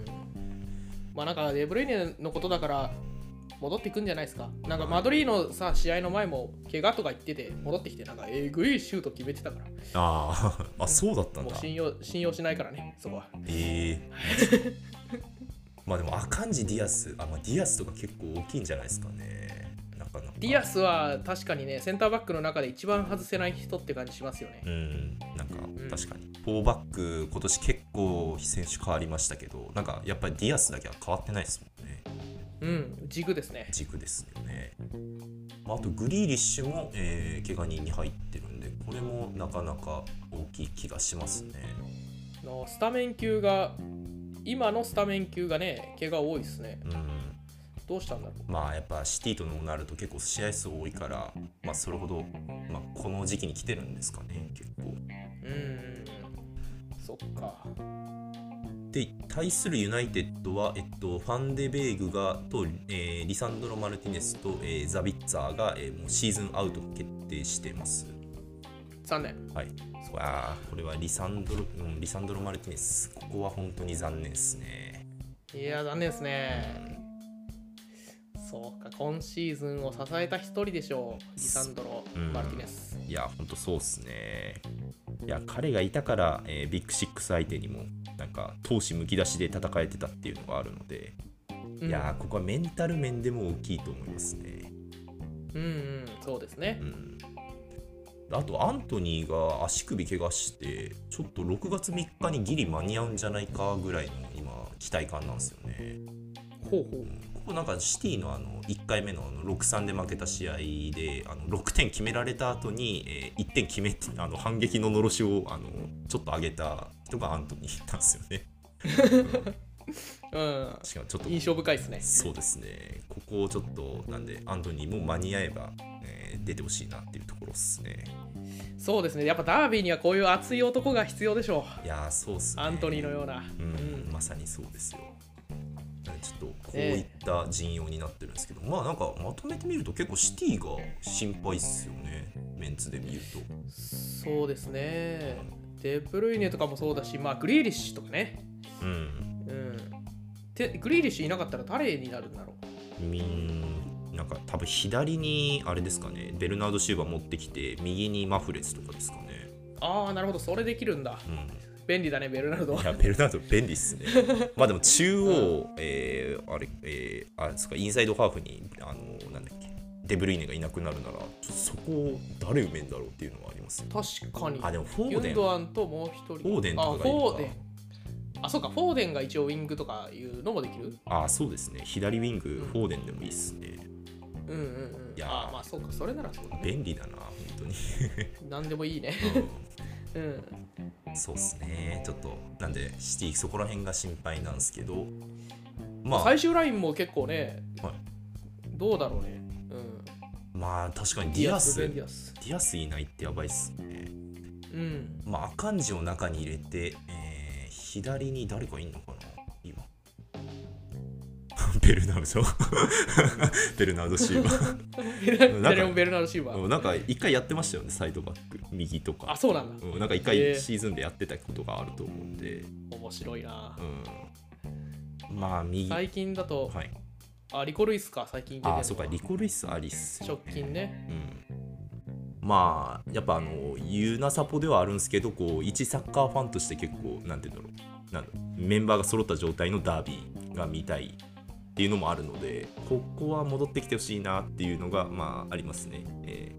まあなんかデブルイネのことだから戻ってくんじゃないですか。なんかマドリーのさ、試合の前も怪我とか言ってて戻ってきて、なんかえぐいシュート決めてたから。
あーあ、そうだったん
もう
だ。
信用信用しないからね、そこは。
ええ まあでも、アカンジ・ディアス、あまあ、ディアスとか結構大きいんじゃないですかね。なかなか。
ディアスは確かにね、センターバックの中で一番外せない人って感じしますよね。
うん、なんか
ん
確かに、フォーバック、今年結構選手変わりましたけど、なんかやっぱりディアスだけは変わってないですもんね。
うん、軸ですね。
軸ですよね。あとグリーリッシュも、えー、怪我人に入ってるんでこれもなかなか大きい気がしますね。
のスタメン級が、今のスタメン級がね、怪我多いですね。
うん
どうしたんだろ
まあやっぱシティとなると結構試合数多いから、まあ、それほど、まあ、この時期に来てるんですかね結構。
う。うん、そっか。
で対するユナイテッドは、えっと、ファンデベーグがと、えーリサンドロ・マルティネスと、えーザビッツァーが、えーもうシーズンアウトが決定してます。
残念。
はい、そうあーこれはリサンドロ、うん、リサンドロ・マルティネス、ここは本当に残念ですね。
いや、残念ですね。そうか、今シーズンを支えた一人でしょう、リサンドロ・
うん
マルティネス。
いや、本当そうっすね。いや、彼がいたから、えービッグシックス相手にも、なんか、闘志むき出しで戦えてたっていうのがあるので、
うん
いやー、ここはメンタル面でも大きいと思いますね。
うんうん、そうですね
う。ん。あと、アントニーが足首怪我して、ちょっと6月3日にギリ間に合うんじゃないかぐらいの今、期待感なんですよね。
ほうほう。
ここなんかシティのあの1回目のあの6-3で負けた試合であの6点決められた後に、えー1点決めてあの反撃ののろしをあのちょっと上げた人がアントニーなんですよね。
うん、
しかもちょっと
印象深いですね。
そうですね、ここをちょっとなんでアントニーも間に合えば、えー出てほしいなっていうところですね。
そうですね、やっぱダービーにはこういう熱い男が必要でしょう。
いやーそうっすね。
アントニーのような。
うん、まさにそうですよ。なんでちょっとこういった陣容になってるんですけど、まあなんかまとめてみると結構シティが心配っすよね、メンツで見ると。
そうですね。デブルイネとかもそうだし、まあ、グリーリッシュとかね。
うん、
うん。てグリーリッシュいなかったら誰になるんだろ
みんなんか多分左にあれですかね、ベルナード・シューバー持ってきて、右にマフレスとかですかね。
う。ああ、なるほど、それできるんだ。
うん、
便利だね、ベルナルド
い。や、ベルナード便利っ すね。まあでも中央、えーあれ、えーあれですか、インサイドハーフに、あのなんだっけ、デブルイネがいなくなるなら、ちょっとそこを誰埋めんだろうっていうのはありますね。
確かに。
あ、でもフォ
ユ
ーデ
ン
ン
ドアンともう一人。
フォーデンと
あ、
か
フ
がいるの
ォ
か
ーデン。あ、そうか、フォーデンが一応ウィングとかいうのもできる
あそうですね。左ウィング、
うん
フォーデンでもいいっすね。
うんうんうん。
いやー
あーまあそうか、それならそうだね。
便利だな、本当に。
なんでもいいね。うん。
うん そうっすね。ちょっと、なんで、シティ、そこら辺が心配なんですけど、まあ、
最終ラインも結構ね、
はい
どうだろうね。うん。
まあ、確かにディアス、
ベ
デ
ンディアス。
ィアスいないってやばいっすね。
うん。
まあ、アカンジを中に入れ て、えー左に誰かいんのかな、今。ペル ナウドペルナウドシーバー
誰もベルナード・シーバ
う
ー。
んなんか一回やってましたよねサイドバック右とか
あ、そうなんだ。
うんなんか一
へえ
回シーズンでやってたことがあると思うんで、
面白いな。
うん、まあ右、はい
最近だと、あ、リコ・ルイスか、最近出てるの
あ
は
あそうかリコ・ルイス・アリス、
直近ね。
うん、まあやっぱあのユーナサポではあるんですけどこう一サッカーファンとして結構なんて言うんだろうなんだろうメンバーが揃った状態のダービーが見たいっていうのもあるのでここは戻ってきてほしいなっていうのがまあありますね、え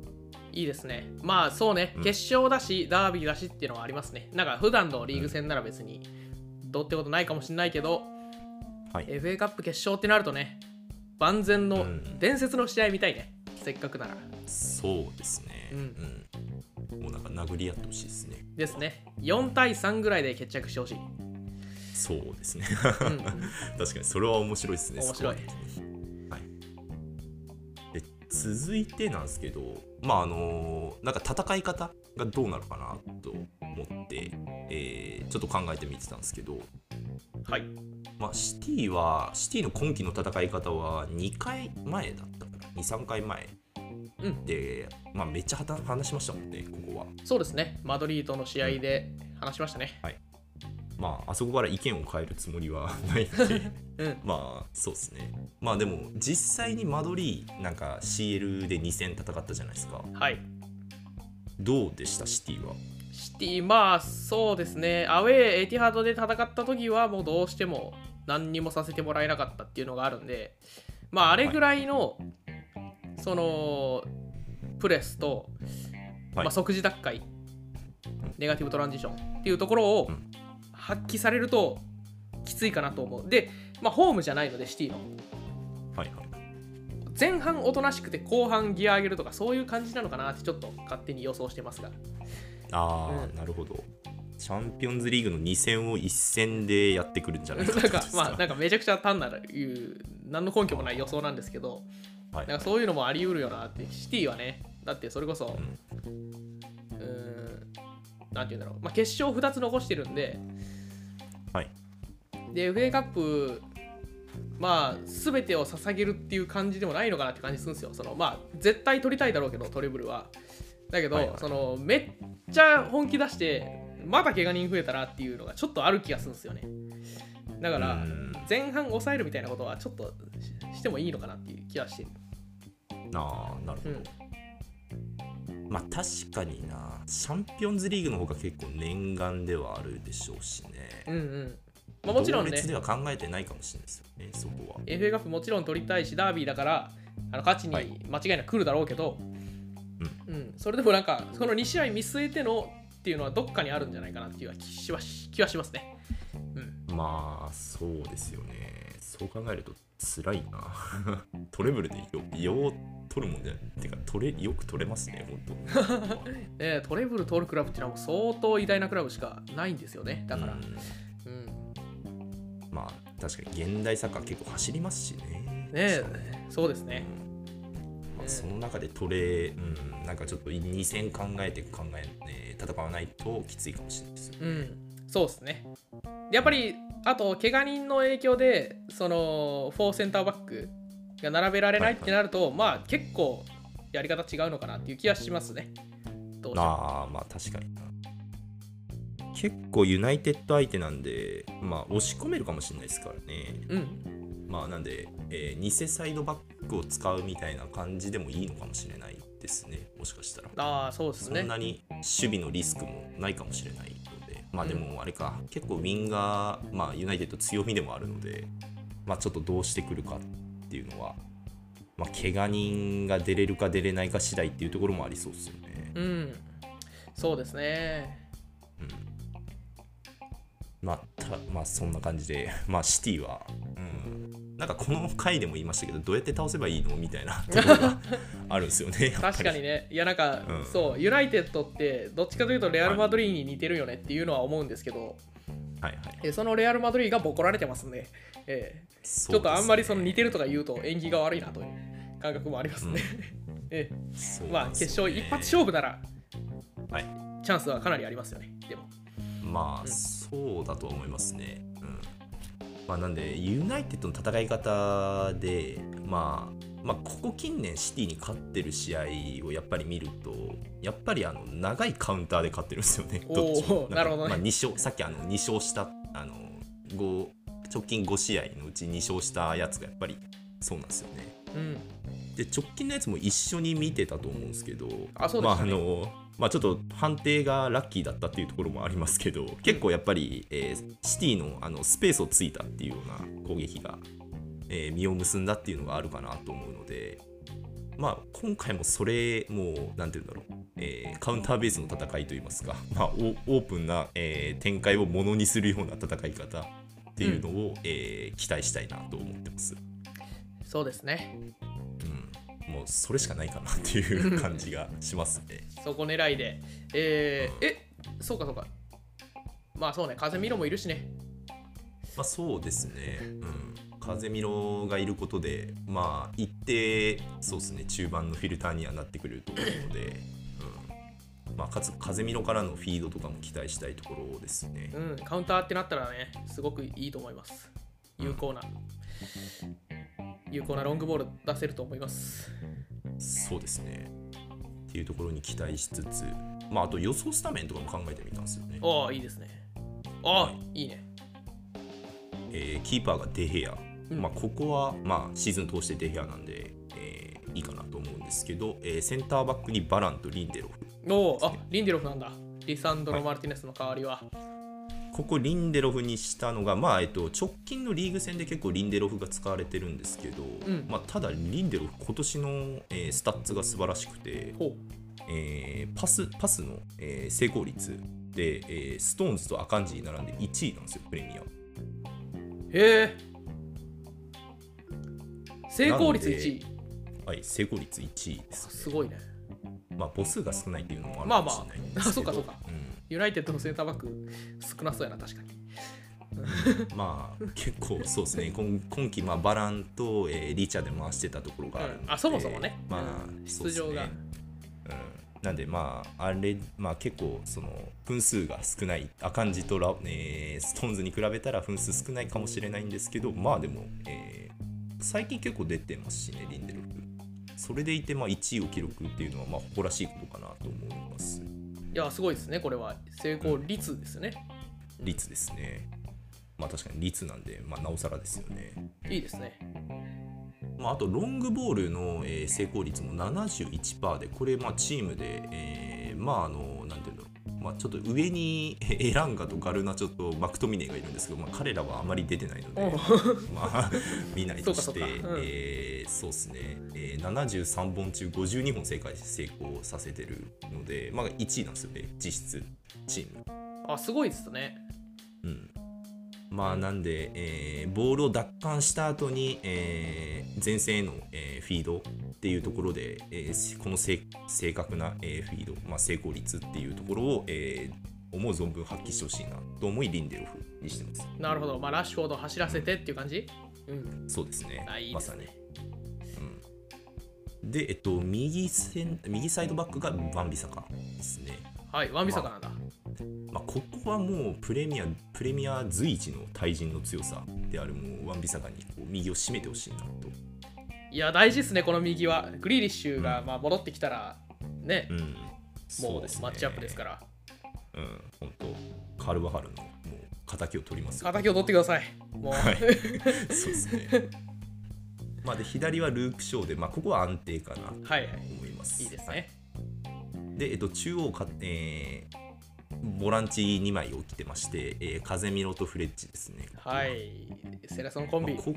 いいですね。まあそうね、
うん
決勝だし、ダービーだしっていうのはありますね。なんか普段のリーグ戦なら別に、どうってことないかもしれないけど、
ーはい
FA カップ決勝ってなるとね、万全
う
の
ん
伝説の試合見たいね。せっかくなら。
そうですね
う
うん、もうなんか殴り合ってほしいですね
ですね。4対3ぐらいで決着してほしい。
そうです ね
うん、
確かにそれは面白いですね
面白い
そこはねはい、で続いてなんですけどまああのなんか戦い方がどうなるかなと思って、えーちょっと考えてみてたんですけど、
はい。
まあ、シティはシティの今季の戦い方は2回前だったから23回前
うん、
で、まあ、めっちゃはた話しましたもんねここは。
そうですね。マドリードの試合で話しましたね。
まあ、あそこから意見を変えるつもりはないので
うん。
まあそうですねまあでも実際にマドリーなんか CL で2戦戦ったじゃないですか
はい。
どうでしたシティは
シティ、まあそうですね、アウェーエティハードで戦った時は、もうどうしても何にもさせてもらえなかったっていうのがあるんで、まああれぐらいの、その、プレスと、
はい
まあ、即時奪回、ネガティブトランジションっていうところを
うん
発揮されるときついかなと思う。で、まあ、ホームじゃないので、シティの。
はいはい
前半おとなしくて後半ギア上げるとかそういう感じなのかなってちょっと勝手に予想してますが
ああ、
うん
なるほどチャンピオンズリーグの2戦を1戦でやってくるんじ ゃ
な
なんいかってこと
か
ですか
まあなんかめちゃくちゃ単なるいう何の根拠もない予想なんですけど
はい
なんかそういうのもあり得るよなってシティはねだってそれこそ
うん
うーんなんて言うんだろう、まあ、決勝2つ残してるんで
はい
で FA カップまあ全てを捧げるっていう感じでもないのかなって感じするんですよそのまあ絶対取りたいだろうけどトレブルはだけど、
はいはい
そのめっちゃ本気出してまた怪我人増えたなっていうのがちょっとある気がするんですよねだか
う
ら
ん
前半抑えるみたいなことはちょっとししてもいいのかなっていう気はしてる、
ああなるほ
う
ど、
ん、
まあ確かになチャンピオンズリーグの方が結構念願ではあるでしょうしね
うんうんまあもちろん
同
ね
列では考えてないかもしれないですよねそこは
FA カップもちろん取りたいしダービーだからあの勝ちに間
はい
違いなく来るだろうけど、うんそれでもなんかその2試合見据えてのっていうのはどっかにあるんじゃないかなっていう気はしはし気はしますね。うん、
まあそうですよねそう考えると辛いな トレブルでよよう取るもんじゃないてか取れよく取れますね本当
でトレブル通るクラブっていうのはもう相当偉大なクラブしかないんですよねだから、う
うんんまあ確かに現代サッカー結構走りますしね
ねえ
確かに
そうですねう
まあ、
ん
その中でトレ、うん、なんかちょっと2戦考えて考え、ね、戦わないときついかもしれないですよ
うんそうですねでやっぱりあと怪我人の影響でその4センターバックが並べられないってなると、まあ結構やり方違うのかなっていう気はしますねどうしても
ああまあ確かにな結構ユナイテッド相手なんでまあ押し込めるかもしれないですからね
うん
まあなんで、えー偽サイドバックを使うみたいな感じでもいいのかもしれないですねもしかしたら、
ああそうです
そ
ね
んなに守備のリスクもないかもしれないのでまあでもあれか、結構ウィンが、まあ、ユナイテッド強みでもあるのでまあちょっとどうしてくるかっていうのはまあ怪我人が出れるか出れないか次第っていうところもありそうですよね、
うん、そうですね。
まあたまあそんな感じで まあシティはうんなんかこの回でも言いましたけどどうやって倒せばいいのみ たいなところがあるんですよねやっぱり
確かにね、いやなんか、
うん
そう、ユナイテッドって、どっちかというとレアル・マドリーに似てるよねっていうのは思うんですけど、
はいはい
えそのレアル・マドリーがボコられてますんで、ええちょっとあんまりその似てるとか言うと縁起が悪いなという感覚もありますね。 ええ
そうですね
まあ、決勝一発
そ
勝
う
負なら、
なんですよねはい
チャンスはかなりありますよね、でも。
ま
うん
あそうだと思いますね。うんまあ、なんでユナイテッドの戦い方で、まあ、まあここ近年シティに勝ってる試合をやっぱり見るとやっぱりあの長いカウンターで勝ってるんですよね。
おー
どっちもんか
なるほどね
まあ、2勝さっきあの2勝したあの5直近5試合のうち2勝したやつがやっぱりそうなんですよね。
うん
で直近のやつも一緒に見てたと思うんですけど
あそうで
ま
し
あ
た
あ
ね
のまあちょっと判定がラッキーだったっていうところもありますけど結構やっぱり、えーシティのあのスペースをついたっていうような攻撃が、えー実を結んだっていうのがあるかなと思うのでまあ今回もそれもう何て言うんだろう、えーカウンターベースの戦いといいますか、まあ、オオープンな、えー展開をものにするような戦い方っていうのを、えー期待したいなと思ってます。
そうですね
うん、もうそれしかないかなっていう感じがしますね。
そこ狙いでえー、えそうかそうかまあそうね風見ろもいるしね
まあそうですね。うん。風見ろがいることで、まあ一定、そうですね、中盤のフィルターにはなってくれると思うので、うん。まあかつ風見ろからのフィードとかも期待したいところですね。
うんカウンターってなったらねすごくいいと思います有効な有効なロングボール出せると思います
そうですね。っていうところに期待しつつ、まああと予想スタメンとかも考えてみたんですよね。
ああいいですねああいいね
えーキーパーがデヘア、
うん
まあ、ここは、まあ、シーズン通してデヘアなんで、えーいいかなと思うんですけど、えーセンターバックにバランとリンデロフ
おおあリンデロフなんだリサンドロ・マルティネスの代わりは、
ここリンデロフにしたのが、まあえっと、直近のリーグ戦で結構リンデロフが使われてるんですけど、
ん
まあ、ただリンデロフ今年の、えースタッツが素晴らしくて、
ほ
えーパスパスの、えー成功率で、えーストーンズとアカンジに並んで1位なんですよプレミアム
うへえ成功率
なんで
1位
はい成功率1位です、
すごいね
まあ、母数が少ないっていうのもあるかもしれないんですけど
まあまあそうかそうか
うん
ユナイテッドのセンターバック少なそうやな確かに
まあ結構そうで すね今今期まあバランと、えーリチャで回してたところがあるので、
うんあそもそもね
まあ、
うん
そうっす
出場が
ねうん、なんでまああれまあ結構その分数が少ない赤んじとラ、えーストーンズに比べたら分数少ないかもしれないんですけどまあでも、えー最近結構出てますしねリンデルフそれでいてまあ1位を記録っていうのはまあ誇らしいことかなと思います
いやすごいですねこれは成功率ですね、
率ですねまあ確かに率なんで、まあ、なおさらですよね
いいですね
まあ、あとロングボールの、えー成功率も71%でこれ、まあ、チームで、えーまああのなんていうんだろう、まあ、ちょっと上に えーエランガとガルナチョとマクトミネがいるんですけど、まあ、彼らはあまり出てないの
おう
で、まあ、 見ないとし
そう
て
かそうかうん
えーそうですね、えー、73本中52本正解成功させてるので、まあ、1位なんですよね実質チーム。
あすごいですね
うん、まあなんで、えーボールを奪還した後に、えー前線への、えーフィードっていうところで、えーこの正正確な、えーフィード、まあ、成功率っていうところを、えー思う存分発揮してほしいなと思いリンデロフにしてます。
なるほどまあラッシュフォードを走らせてっていう感じうん
そうですね
あいい
ま
で
さ
す
に
ね、
うんで、えっと、右線右サイドバックがバンビサカですね。
はいワンビサカなんだ、
まあ、ここはもうプレミアプレミア随一の対人の強さであるもうワンビサカにこう右を締めてほしいなと、
いや大事ですねこの右はグリーリッシュが、まあ、戻ってきたらね、
うん、
もう
ですね
マッチアップですから
うん本当カルバハルのもう敵を取りますよ
敵を取ってくださいもう、
はいそうですね まあで左はルーク・ショーで、まあ、ここは安定かなと
はいはい。
思います
いいです
は
ね。
で、えっと、中央か、えーボランチ2枚を着てまして、えー、風見ろとフレッチですね
はい。セラソンコンビ
まあ。こ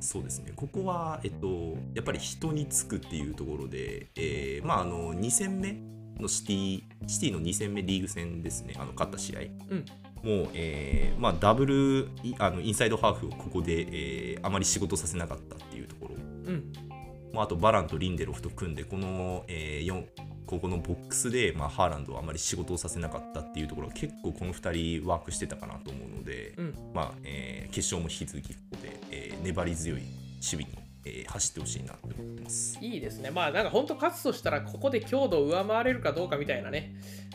そうですねここは、えっと、やっぱり人につくっていうところで、えーまあ、あの2戦目のシティシティの2戦目リーグ戦ですねあの勝った試合
うん。
もう、えーまあ、ダブルいあのインサイドハーフをここで、えーあまり仕事させなかったっていうところ
うん。
まあ、あとバランとリンデロフと組んでこの、えー、四ここのボックスで、まあ、ハーランドはあまり仕事をさせなかったっていうところは結構この2人ワークしてたかなと思うので、
うん
まあえー決勝も引き続きここで、えー粘り強い守備に、えー走ってほしいなと思ってます。
いいですね。まあ、なんか本当勝つとしたら、ここで強度を上回れるかどうかみたいなね、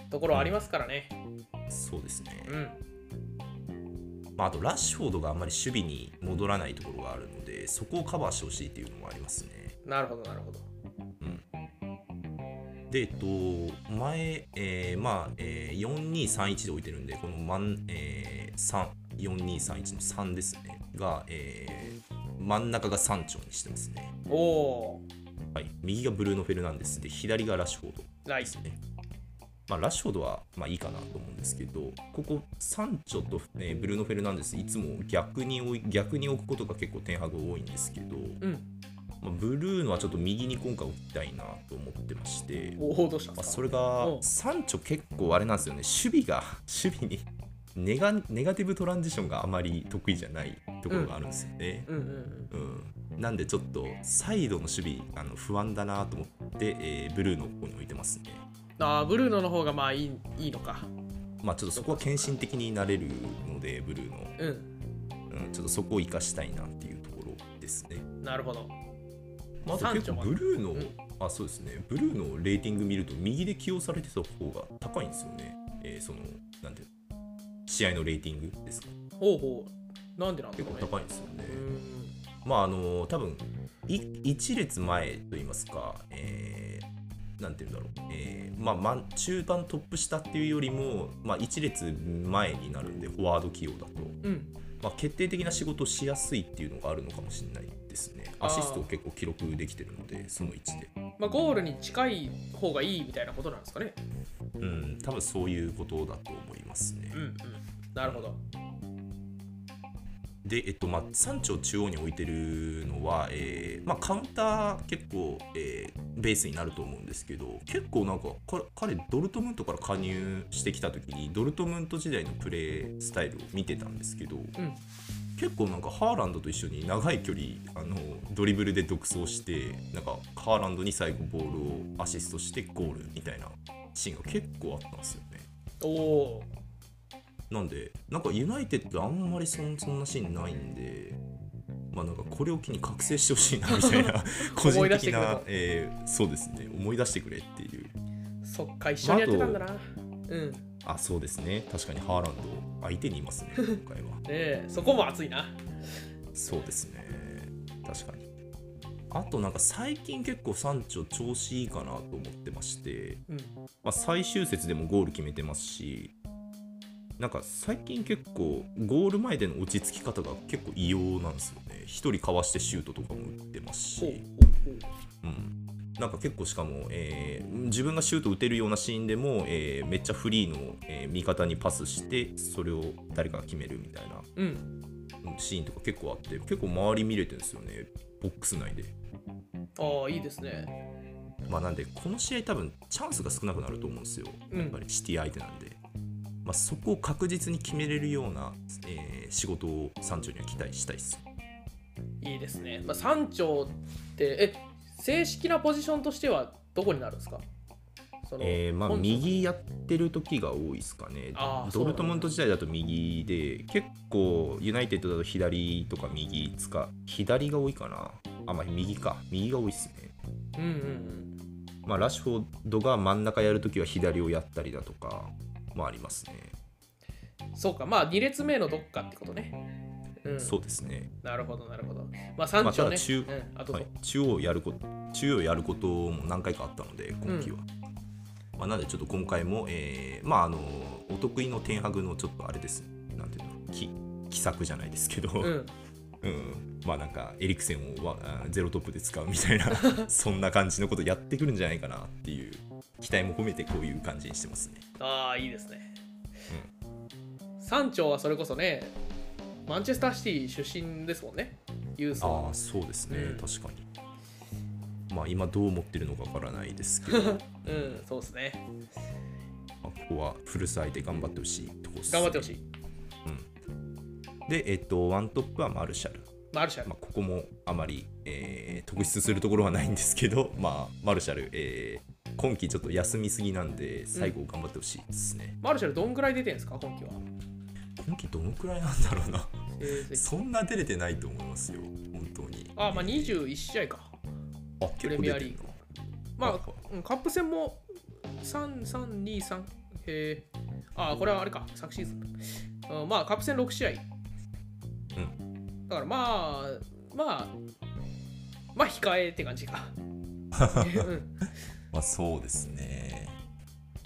ところありますからね。
そうですね、
うん。
まあ、あとラッシュフォードがあんまり守備に戻らないところがあるのでそこをカバーしてほしいっていうのもありますね。
なるほどなるほど
で、えっと、前、えーまあえー、4231で置いてるんでこの、まんえー、3 4231の3ですねが、えー真ん中が3丁にしてますね、
おお
はい、右がブルーノ・フェルナンデスで左がラッシュフォード
ライ
で
ス
すね。まあ、ラッシュフォードはまあいいかなと思うんですけど、ここ、サンチョと、えーブルーノ・フェルナンデス、いつも逆に置い逆に置くことが結構、天白多いんですけど、
うん
まあ、ブルーノはちょっと右に今回置きたいなと思ってまして、ま
おおどうしたん
あ、
です
そ
か
れが
うん、
サンチョ結構あれなんですよね、守備が、守備にネガ、ネガティブトランジションがあまり得意じゃないところがあるんですよね。
うんうんうん
うん、なんでちょっとサイドの守備あの不安だなと思って、えーブルーノをここに置いてますね。
あーブルーノの方がまあいいいいのか
まあ、ちょっとそこは献身的になれるので、ブルーの、
うん
うん、ちょっとそこを生かしたいなっていうところですね。
なるほど
まあ、あと結
三丁
構
まで
ブルーの、
うん
あそうですね、ブルーのレーティング見ると、右で起用されてた方が高いんですよね。えーその、なんていうの試合のレーティングですか。
ほうほうなんでなんだろ
結
うね
構高いんですよね。
うん
まあ、あの、多分い一列前と言いますか、えーなんて言うんだろう、えーまあ、まん中盤トップ下っていうよりも、まあ、一列前になるんで、フォワード起用だと。
うん
まあ、決定的な仕事をしやすいっていうのがあるのかもしれないですね。
あー
アシストを結構記録できてるので、その位置で。
まあゴールに近い方がいいみたいなことなんですかね
うん、多分そういうことだと思いますね
うん。うんなるほど
で、えっと、まあ、山頂中央に置いてるのは、えーまあ、カウンター結構、えーベースになると思うんですけど、結構なんか、か彼、ドルトムントから加入してきた時に、ドルトムント時代のプレースタイルを見てたんですけど、
うん
結構なんかハーランドと一緒に長い距離あのドリブルで独走してなんかハーランドに最後ボールをアシストしてゴールみたいなシーンが結構あったんですよね。
おお
なんでなんかユナイテッドあんまりそんそんなシーンないんで。まあなんかこれを機に覚醒してほしいなみたい な個人
思い出して
的
くれ
な
と、
えーそうですね思い出してくれっていう
ーそっか一緒にやってたんだなうんね
あそうですね確かにハーランド相手にいま すね今回は
えそこも熱いな
そうですね確かにあとなんか最近結構サンチョ調子いいかなと思ってまして、
うん
まあ、最終節でもゴール決めてますしなんか最近結構ゴール前での落ち着き方が結構異様なんですよね一人かわしてシュートとかも打ってます
ほう
し、
ほうほ
うん、なんか結構しかも、えー自分がシュート打てるようなシーンでも、えーめっちゃフリーの、えー味方にパスしてそれを誰かが決めるみたいな
ううん
シーンとか結構あって結構周り見れてるんですよねボックス内で
ああいいですね
まあなんでこの試合多分チャンスが少なくなると思うんですよ
うん
やっぱりシティ相手なんで、まあ、そこを確実に決めれるような、えー仕事をサンチョには期待したいです
いいですねまあ山頂ってえ正式なポジションとしてはどこになるんですかその
えーまあ
本職
右やってる時が多いですかね
あーそうなん
ド
だ
ルトムント時代だと右で結構ユナイテッドだと左とか右使う左が多いかなあまあ右か右が多いですね
うんうん
まあ、ラッシュフォードが真ん中やるときは左をやったりだとかもありますね。
うんそうかまあ2列目のどっかってことねうん
そうですね。
なるほどなるほどまあ山頂
まあた
ね
だ中
うんあと
はい、中央をやること中央をやることも何回かあったので今季は。まあ、なのでちょっと今回も、えーまああのお得意の天白のちょっとあれです。なんていうのき奇策じゃないですけど、 う、
うんん
まあなんかエリクセンをわあゼロトップで使うみたい なそんな感じのことやってくるんじゃないかなっていう期待も込めてこういう感じにしてますね。
ああいいですね、山頂はそれこそねマンチェスターシティ出身ですもんねユース
ああそうですね、
うん
確かにまあ今どう思ってるのかわからないですけどま
うんそうですね
あここは古巣相手頑張ってほしいとこですね
頑張ってほしい
でえっとワントップはマルシャル、
マルシャル、
まあ、ここもあまり、えー、突出するところはないんですけど まあマルシャル、えー今季ちょっと休みすぎなんで最後頑張ってほしいですね、
マルシャルどんぐらい出てるんですか今季は、
今季どのくらいなんだろうな
えー
そんな出れてないと思いますよ本当に
あーまあ21試合か
あ結構
プレミア
出て
リ
る
ーグ
な
ま
は
あうんカップ戦も3323へえあーこれはあれか昨シーズン、うん、まあカップ戦6試合
う
だからまあまあまあ控えって感じ か、うん
まあそうですね。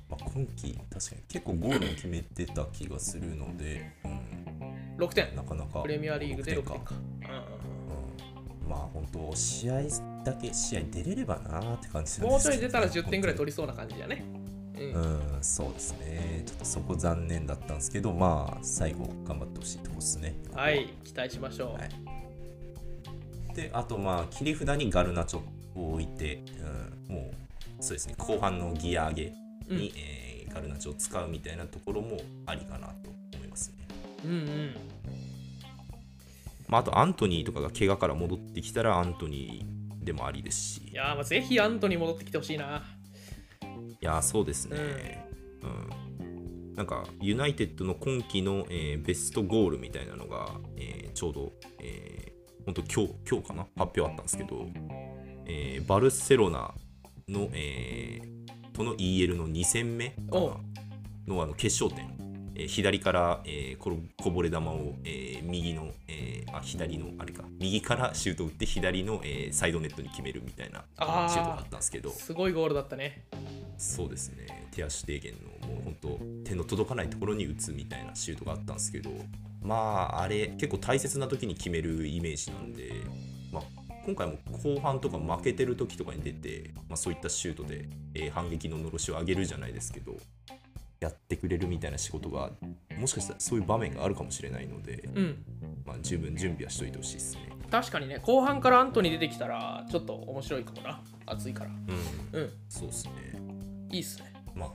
まあ、今季、確かに結構ゴールを決めてた気がするので、うん、
6点
なかなか。
プレミアリーグで6点か
うんまあ本当、試合だけ、試合出れればなーって感じ
うんもうちょい出たら10点ぐらい取
り
りそうな感じだねうん
うん、そうですね。ちょっとそこ残念だったんですけど、まあ、最後、頑張ってほしいとこですね。
はい、期待しましょう。
はいで、あと、まあ、切り札にガルナチョを置いて、うん、もう、そうですね、後半のギア上げ
うん
に、えーガルナチョを使うみたいなところもありかなと思いますね。
うんうん。
まあ、あと、アントニーとかが怪我から戻ってきたら、アントニーでもありですし。
いやー、まあ、ぜひアントに戻ってきてほしいな。
いやーそうですね、うんなんかユナイテッドの今季の、えーベストゴールみたいなのが、えーちょうど、えー、本当今日今日かな発表あったんですけど、えーバルセロナの、えーとの EL の2戦目かな
おう
のあの決勝点、えー左から、えーころこぼれ球を、えー右の、えーあ左のあれか右からシュートを打って左の、えーサイドネットに決めるみたいな
あー
シュートがあったんですけど
すごいゴールだったね。
そうですね手足低減のもう本当手の届かないところに打つみたいなシュートがあったんですけどまああれ結構大切な時に決めるイメージなんで、まあ、今回も後半とか負けてる時とかに出て、まあ、そういったシュートで、えー反撃ののろしを上げるじゃないですけどやってくれるみたいな仕事がもしかしたらそういう場面があるかもしれないので、
うん。
まあ、十分準備はしといてほしいですね。
確かにね、後半からアントに出てきたら、ちょっと面白いかもな。熱いから。
うん、
うん、
そうですね
いいっすね。
まあ、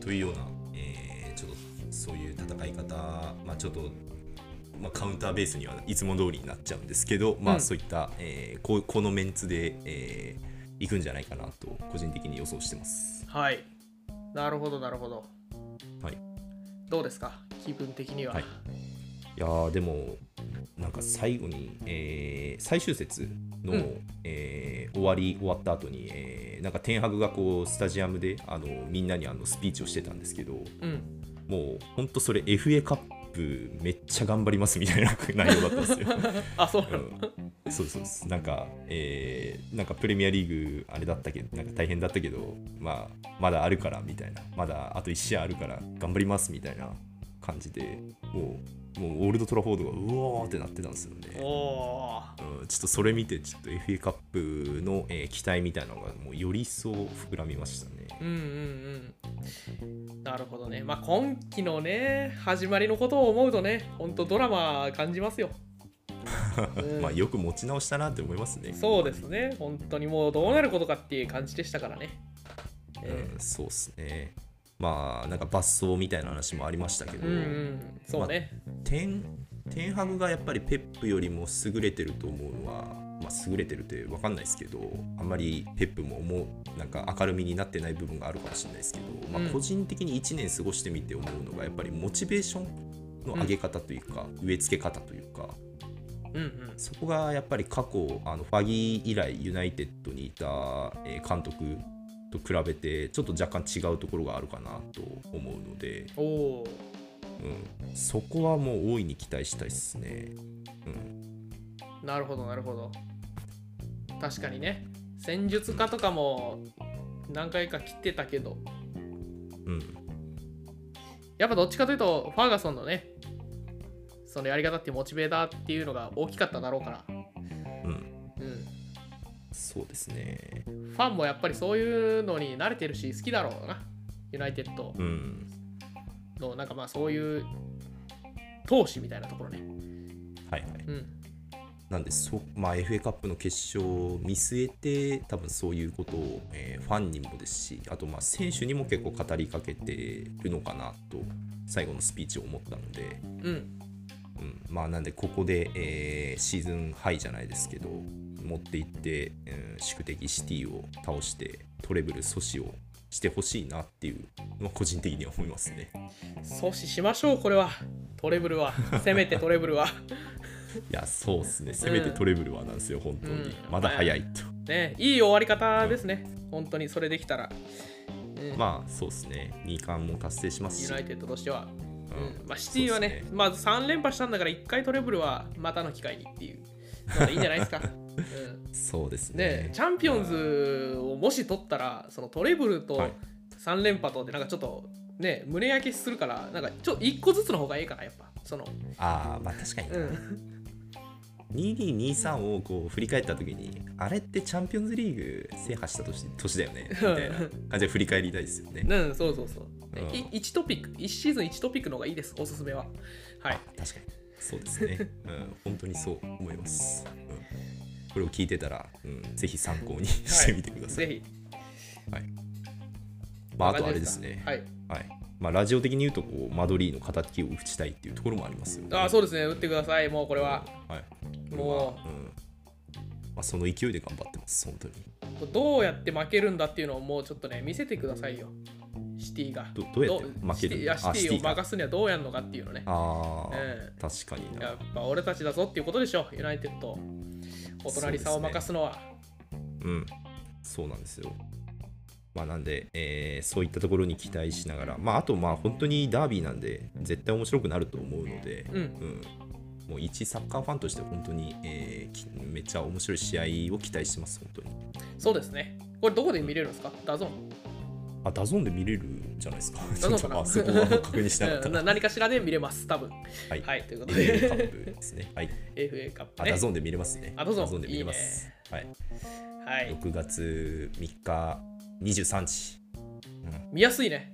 というような、えーちょっとそういう戦い方、まあ、ちょっと、まあ、カウンターベースにはいつも通りになっちゃうんですけど、ま
う
あ、
ん
そういった、えーこうこのメンツで、えいくんじゃないかなと個人的に予想してます。
はい。なるほど、なるほど。
はい、
どうですか、気分的には。
はいいやーでもなんか最後に、えー最終節の、
うん
えー終わり終わった後に、えーなんか天白がこうスタジアムであのみんなにあのスピーチをしてたんですけど、
うん。
もう本当それ FA カップめっちゃ頑張りますみたいな内容だったんですよ。
あ、そうなの、
うん、そうですそうですなんか、えーなんかプレミアリーグあれだったけどなんか大変だったけど、まあ、まだあるからみたいなまだあと1試合あるから頑張りますみたいな感じでもうもうオールドトラフォードがうおーってなってたんですよ
お
ね。
お。
うんちょっとそれ見てちょっと FA カップの、えー期待みたいなのがもうより一層膨らみましたね。
うんうんうん。なるほどね。まあ、今期のね、始まりのことを思うとね、ほんとドラマ感じますよ。うん
まあよく持ち直したなって思いますね。
そうですね、本当にもうどうなることかっていう感じでしたからね。え
うん、そうっすね。まあ、なんか罰走みたいな話もありましたけ
ー
ど、
うんうん、そうね。
テンテンハグがやっぱりペップよりも優れてると思うのは、まあ、優れてるって分かんないですけど、あんまりペップももうなんか明るみになってない部分があるかもしれないですけど、ま
うん
あ、個人的に1年過ごしてみて思うのが、やっぱりモチベーションの上げ方というか、植え付け方というか、
うんうん。
そこがやっぱり過去あのファギー以来ユナイテッドにいた、えー監督と比べてちょっと若干違うところがあるかなと思うので、
おおー、
うん、そこはもう大いに期待したいですね。うん、
なるほど、なるほど。確かにね、戦術家とかも何回か来てたけど、
うん、
やっぱどっちかというと、ファーガソンのね、そのやり方っていうモチベーターっていうのが大きかっただろうから、
うん、
うん、
そうですね。
ファンもやっぱりそういうのに慣れてるし、好きだろうな、ユナイテッド
うん、
の、なんかまあそういう投資みたいなところね。
はいはい。
うん、
なんでそ、まあ、FA カップの決勝を見据えて、多分そういうことを、えーファンにもですし、あとまあ選手にも結構語りかけてるのかなと、最後のスピーチを思ったので。
うん、
うん、まあなんでここで、えーシーズンハイじゃないですけど持っていって、うん宿敵シティを倒してトレブル阻止をしてほしいなっていうのは個人的には思いますね
阻止しましょう、これは。トレブルは、せめてトレブルは。
いやそうっすねせめてトレブルはなんですよ、本当に、
うん
まだ早いと、
ね、いい終わり方ですね、本当にそれできたら、うん
まあそうっすね2冠も達成します
ユ
し
ナイテッドとしては。うんまあ、シティはね
そうです
まあ、3連覇したんだから1回トレブルはまたの機会にっていう、まあ、いいんじゃないですか、うん
そうですね
でチャンピオンズをもし取ったらそのトレブルと
はい
3連覇とでなんかちょっとね胸焼けするからなんかちょっと1個ずつの方がいいかなやっぱその
ああまあ確かにな、
うん
2223をこう振り返った時にあれってチャンピオンズリーグ制覇した年年だよねみたいな感じで振り返りた いですよね
うんそうそうそう
うん
1トピック1シーズン1トピックの方がいいですおすすめははい
確かにそうで すね、うん、本当にそう思います、うんこれを聞いてたら、うん、ぜひ参考にしてみてください、
ぜひ
まあ、あとあれですね
はい
はい、まあ、ラジオ的に言うとこうマドリーの敵を打ちたいっていうところもありますよね
あそうですね打ってくださいもうこれは
はい、
も
う、んまあ、その勢いで頑張ってます本当に
どうやって負けるんだっていうのをもうちょっとね見せてくださいよシティが
どどうやって負ける
シティいや
あ
シテ
シ
ィ
テ
を
ィが
任すにはどうやるのかっていうのね
ああ、
ええ
確かに
や
な
っぱ俺たちだぞっていうことでしょユナイテッドお隣さんを任すのは
うんそうなんですよまあなんで、えーそういったところに期待しながらまああとまあ本当にダービーなんで絶対面白くなると思うので
う、ん
うんもう一サッカーファンとして本当に、えーきめっちゃ面白い試合を期待してます本当に
そうですねこれどこで見れるんですかダゾーン
あダゾーンで見れるじゃないですか
ダゾーン
ち
か
ょっ
な
とあそこは確認しなかっ た
うんな何かしらで見れます多分
はい
はいということで
FA カップですねはい
FA カップ
あ
ね
ダゾーンで見れますね
あダゾーン
で見れますはい
はい
6月3日23時
見やすいね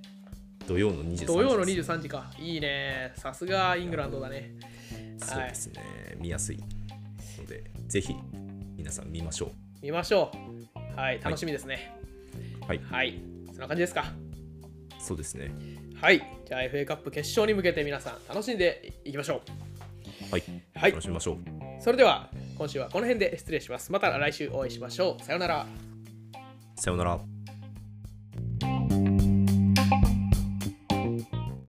土曜の23時
土曜の
です
23時かいいねさすがイングランドだね
そうですね、見やすいのでぜひ皆さん見ましょ
見ましょうはい楽しみですね
うはい、
はい、そんな感じですか
そうですね
はいじゃあ FA カップ決勝に向けて皆さん楽しんでいきましょ
はい、
うはい
楽しみましょう
それでは今週はこの辺で失礼しますまた来週お会いしましょうさようなら
さようなら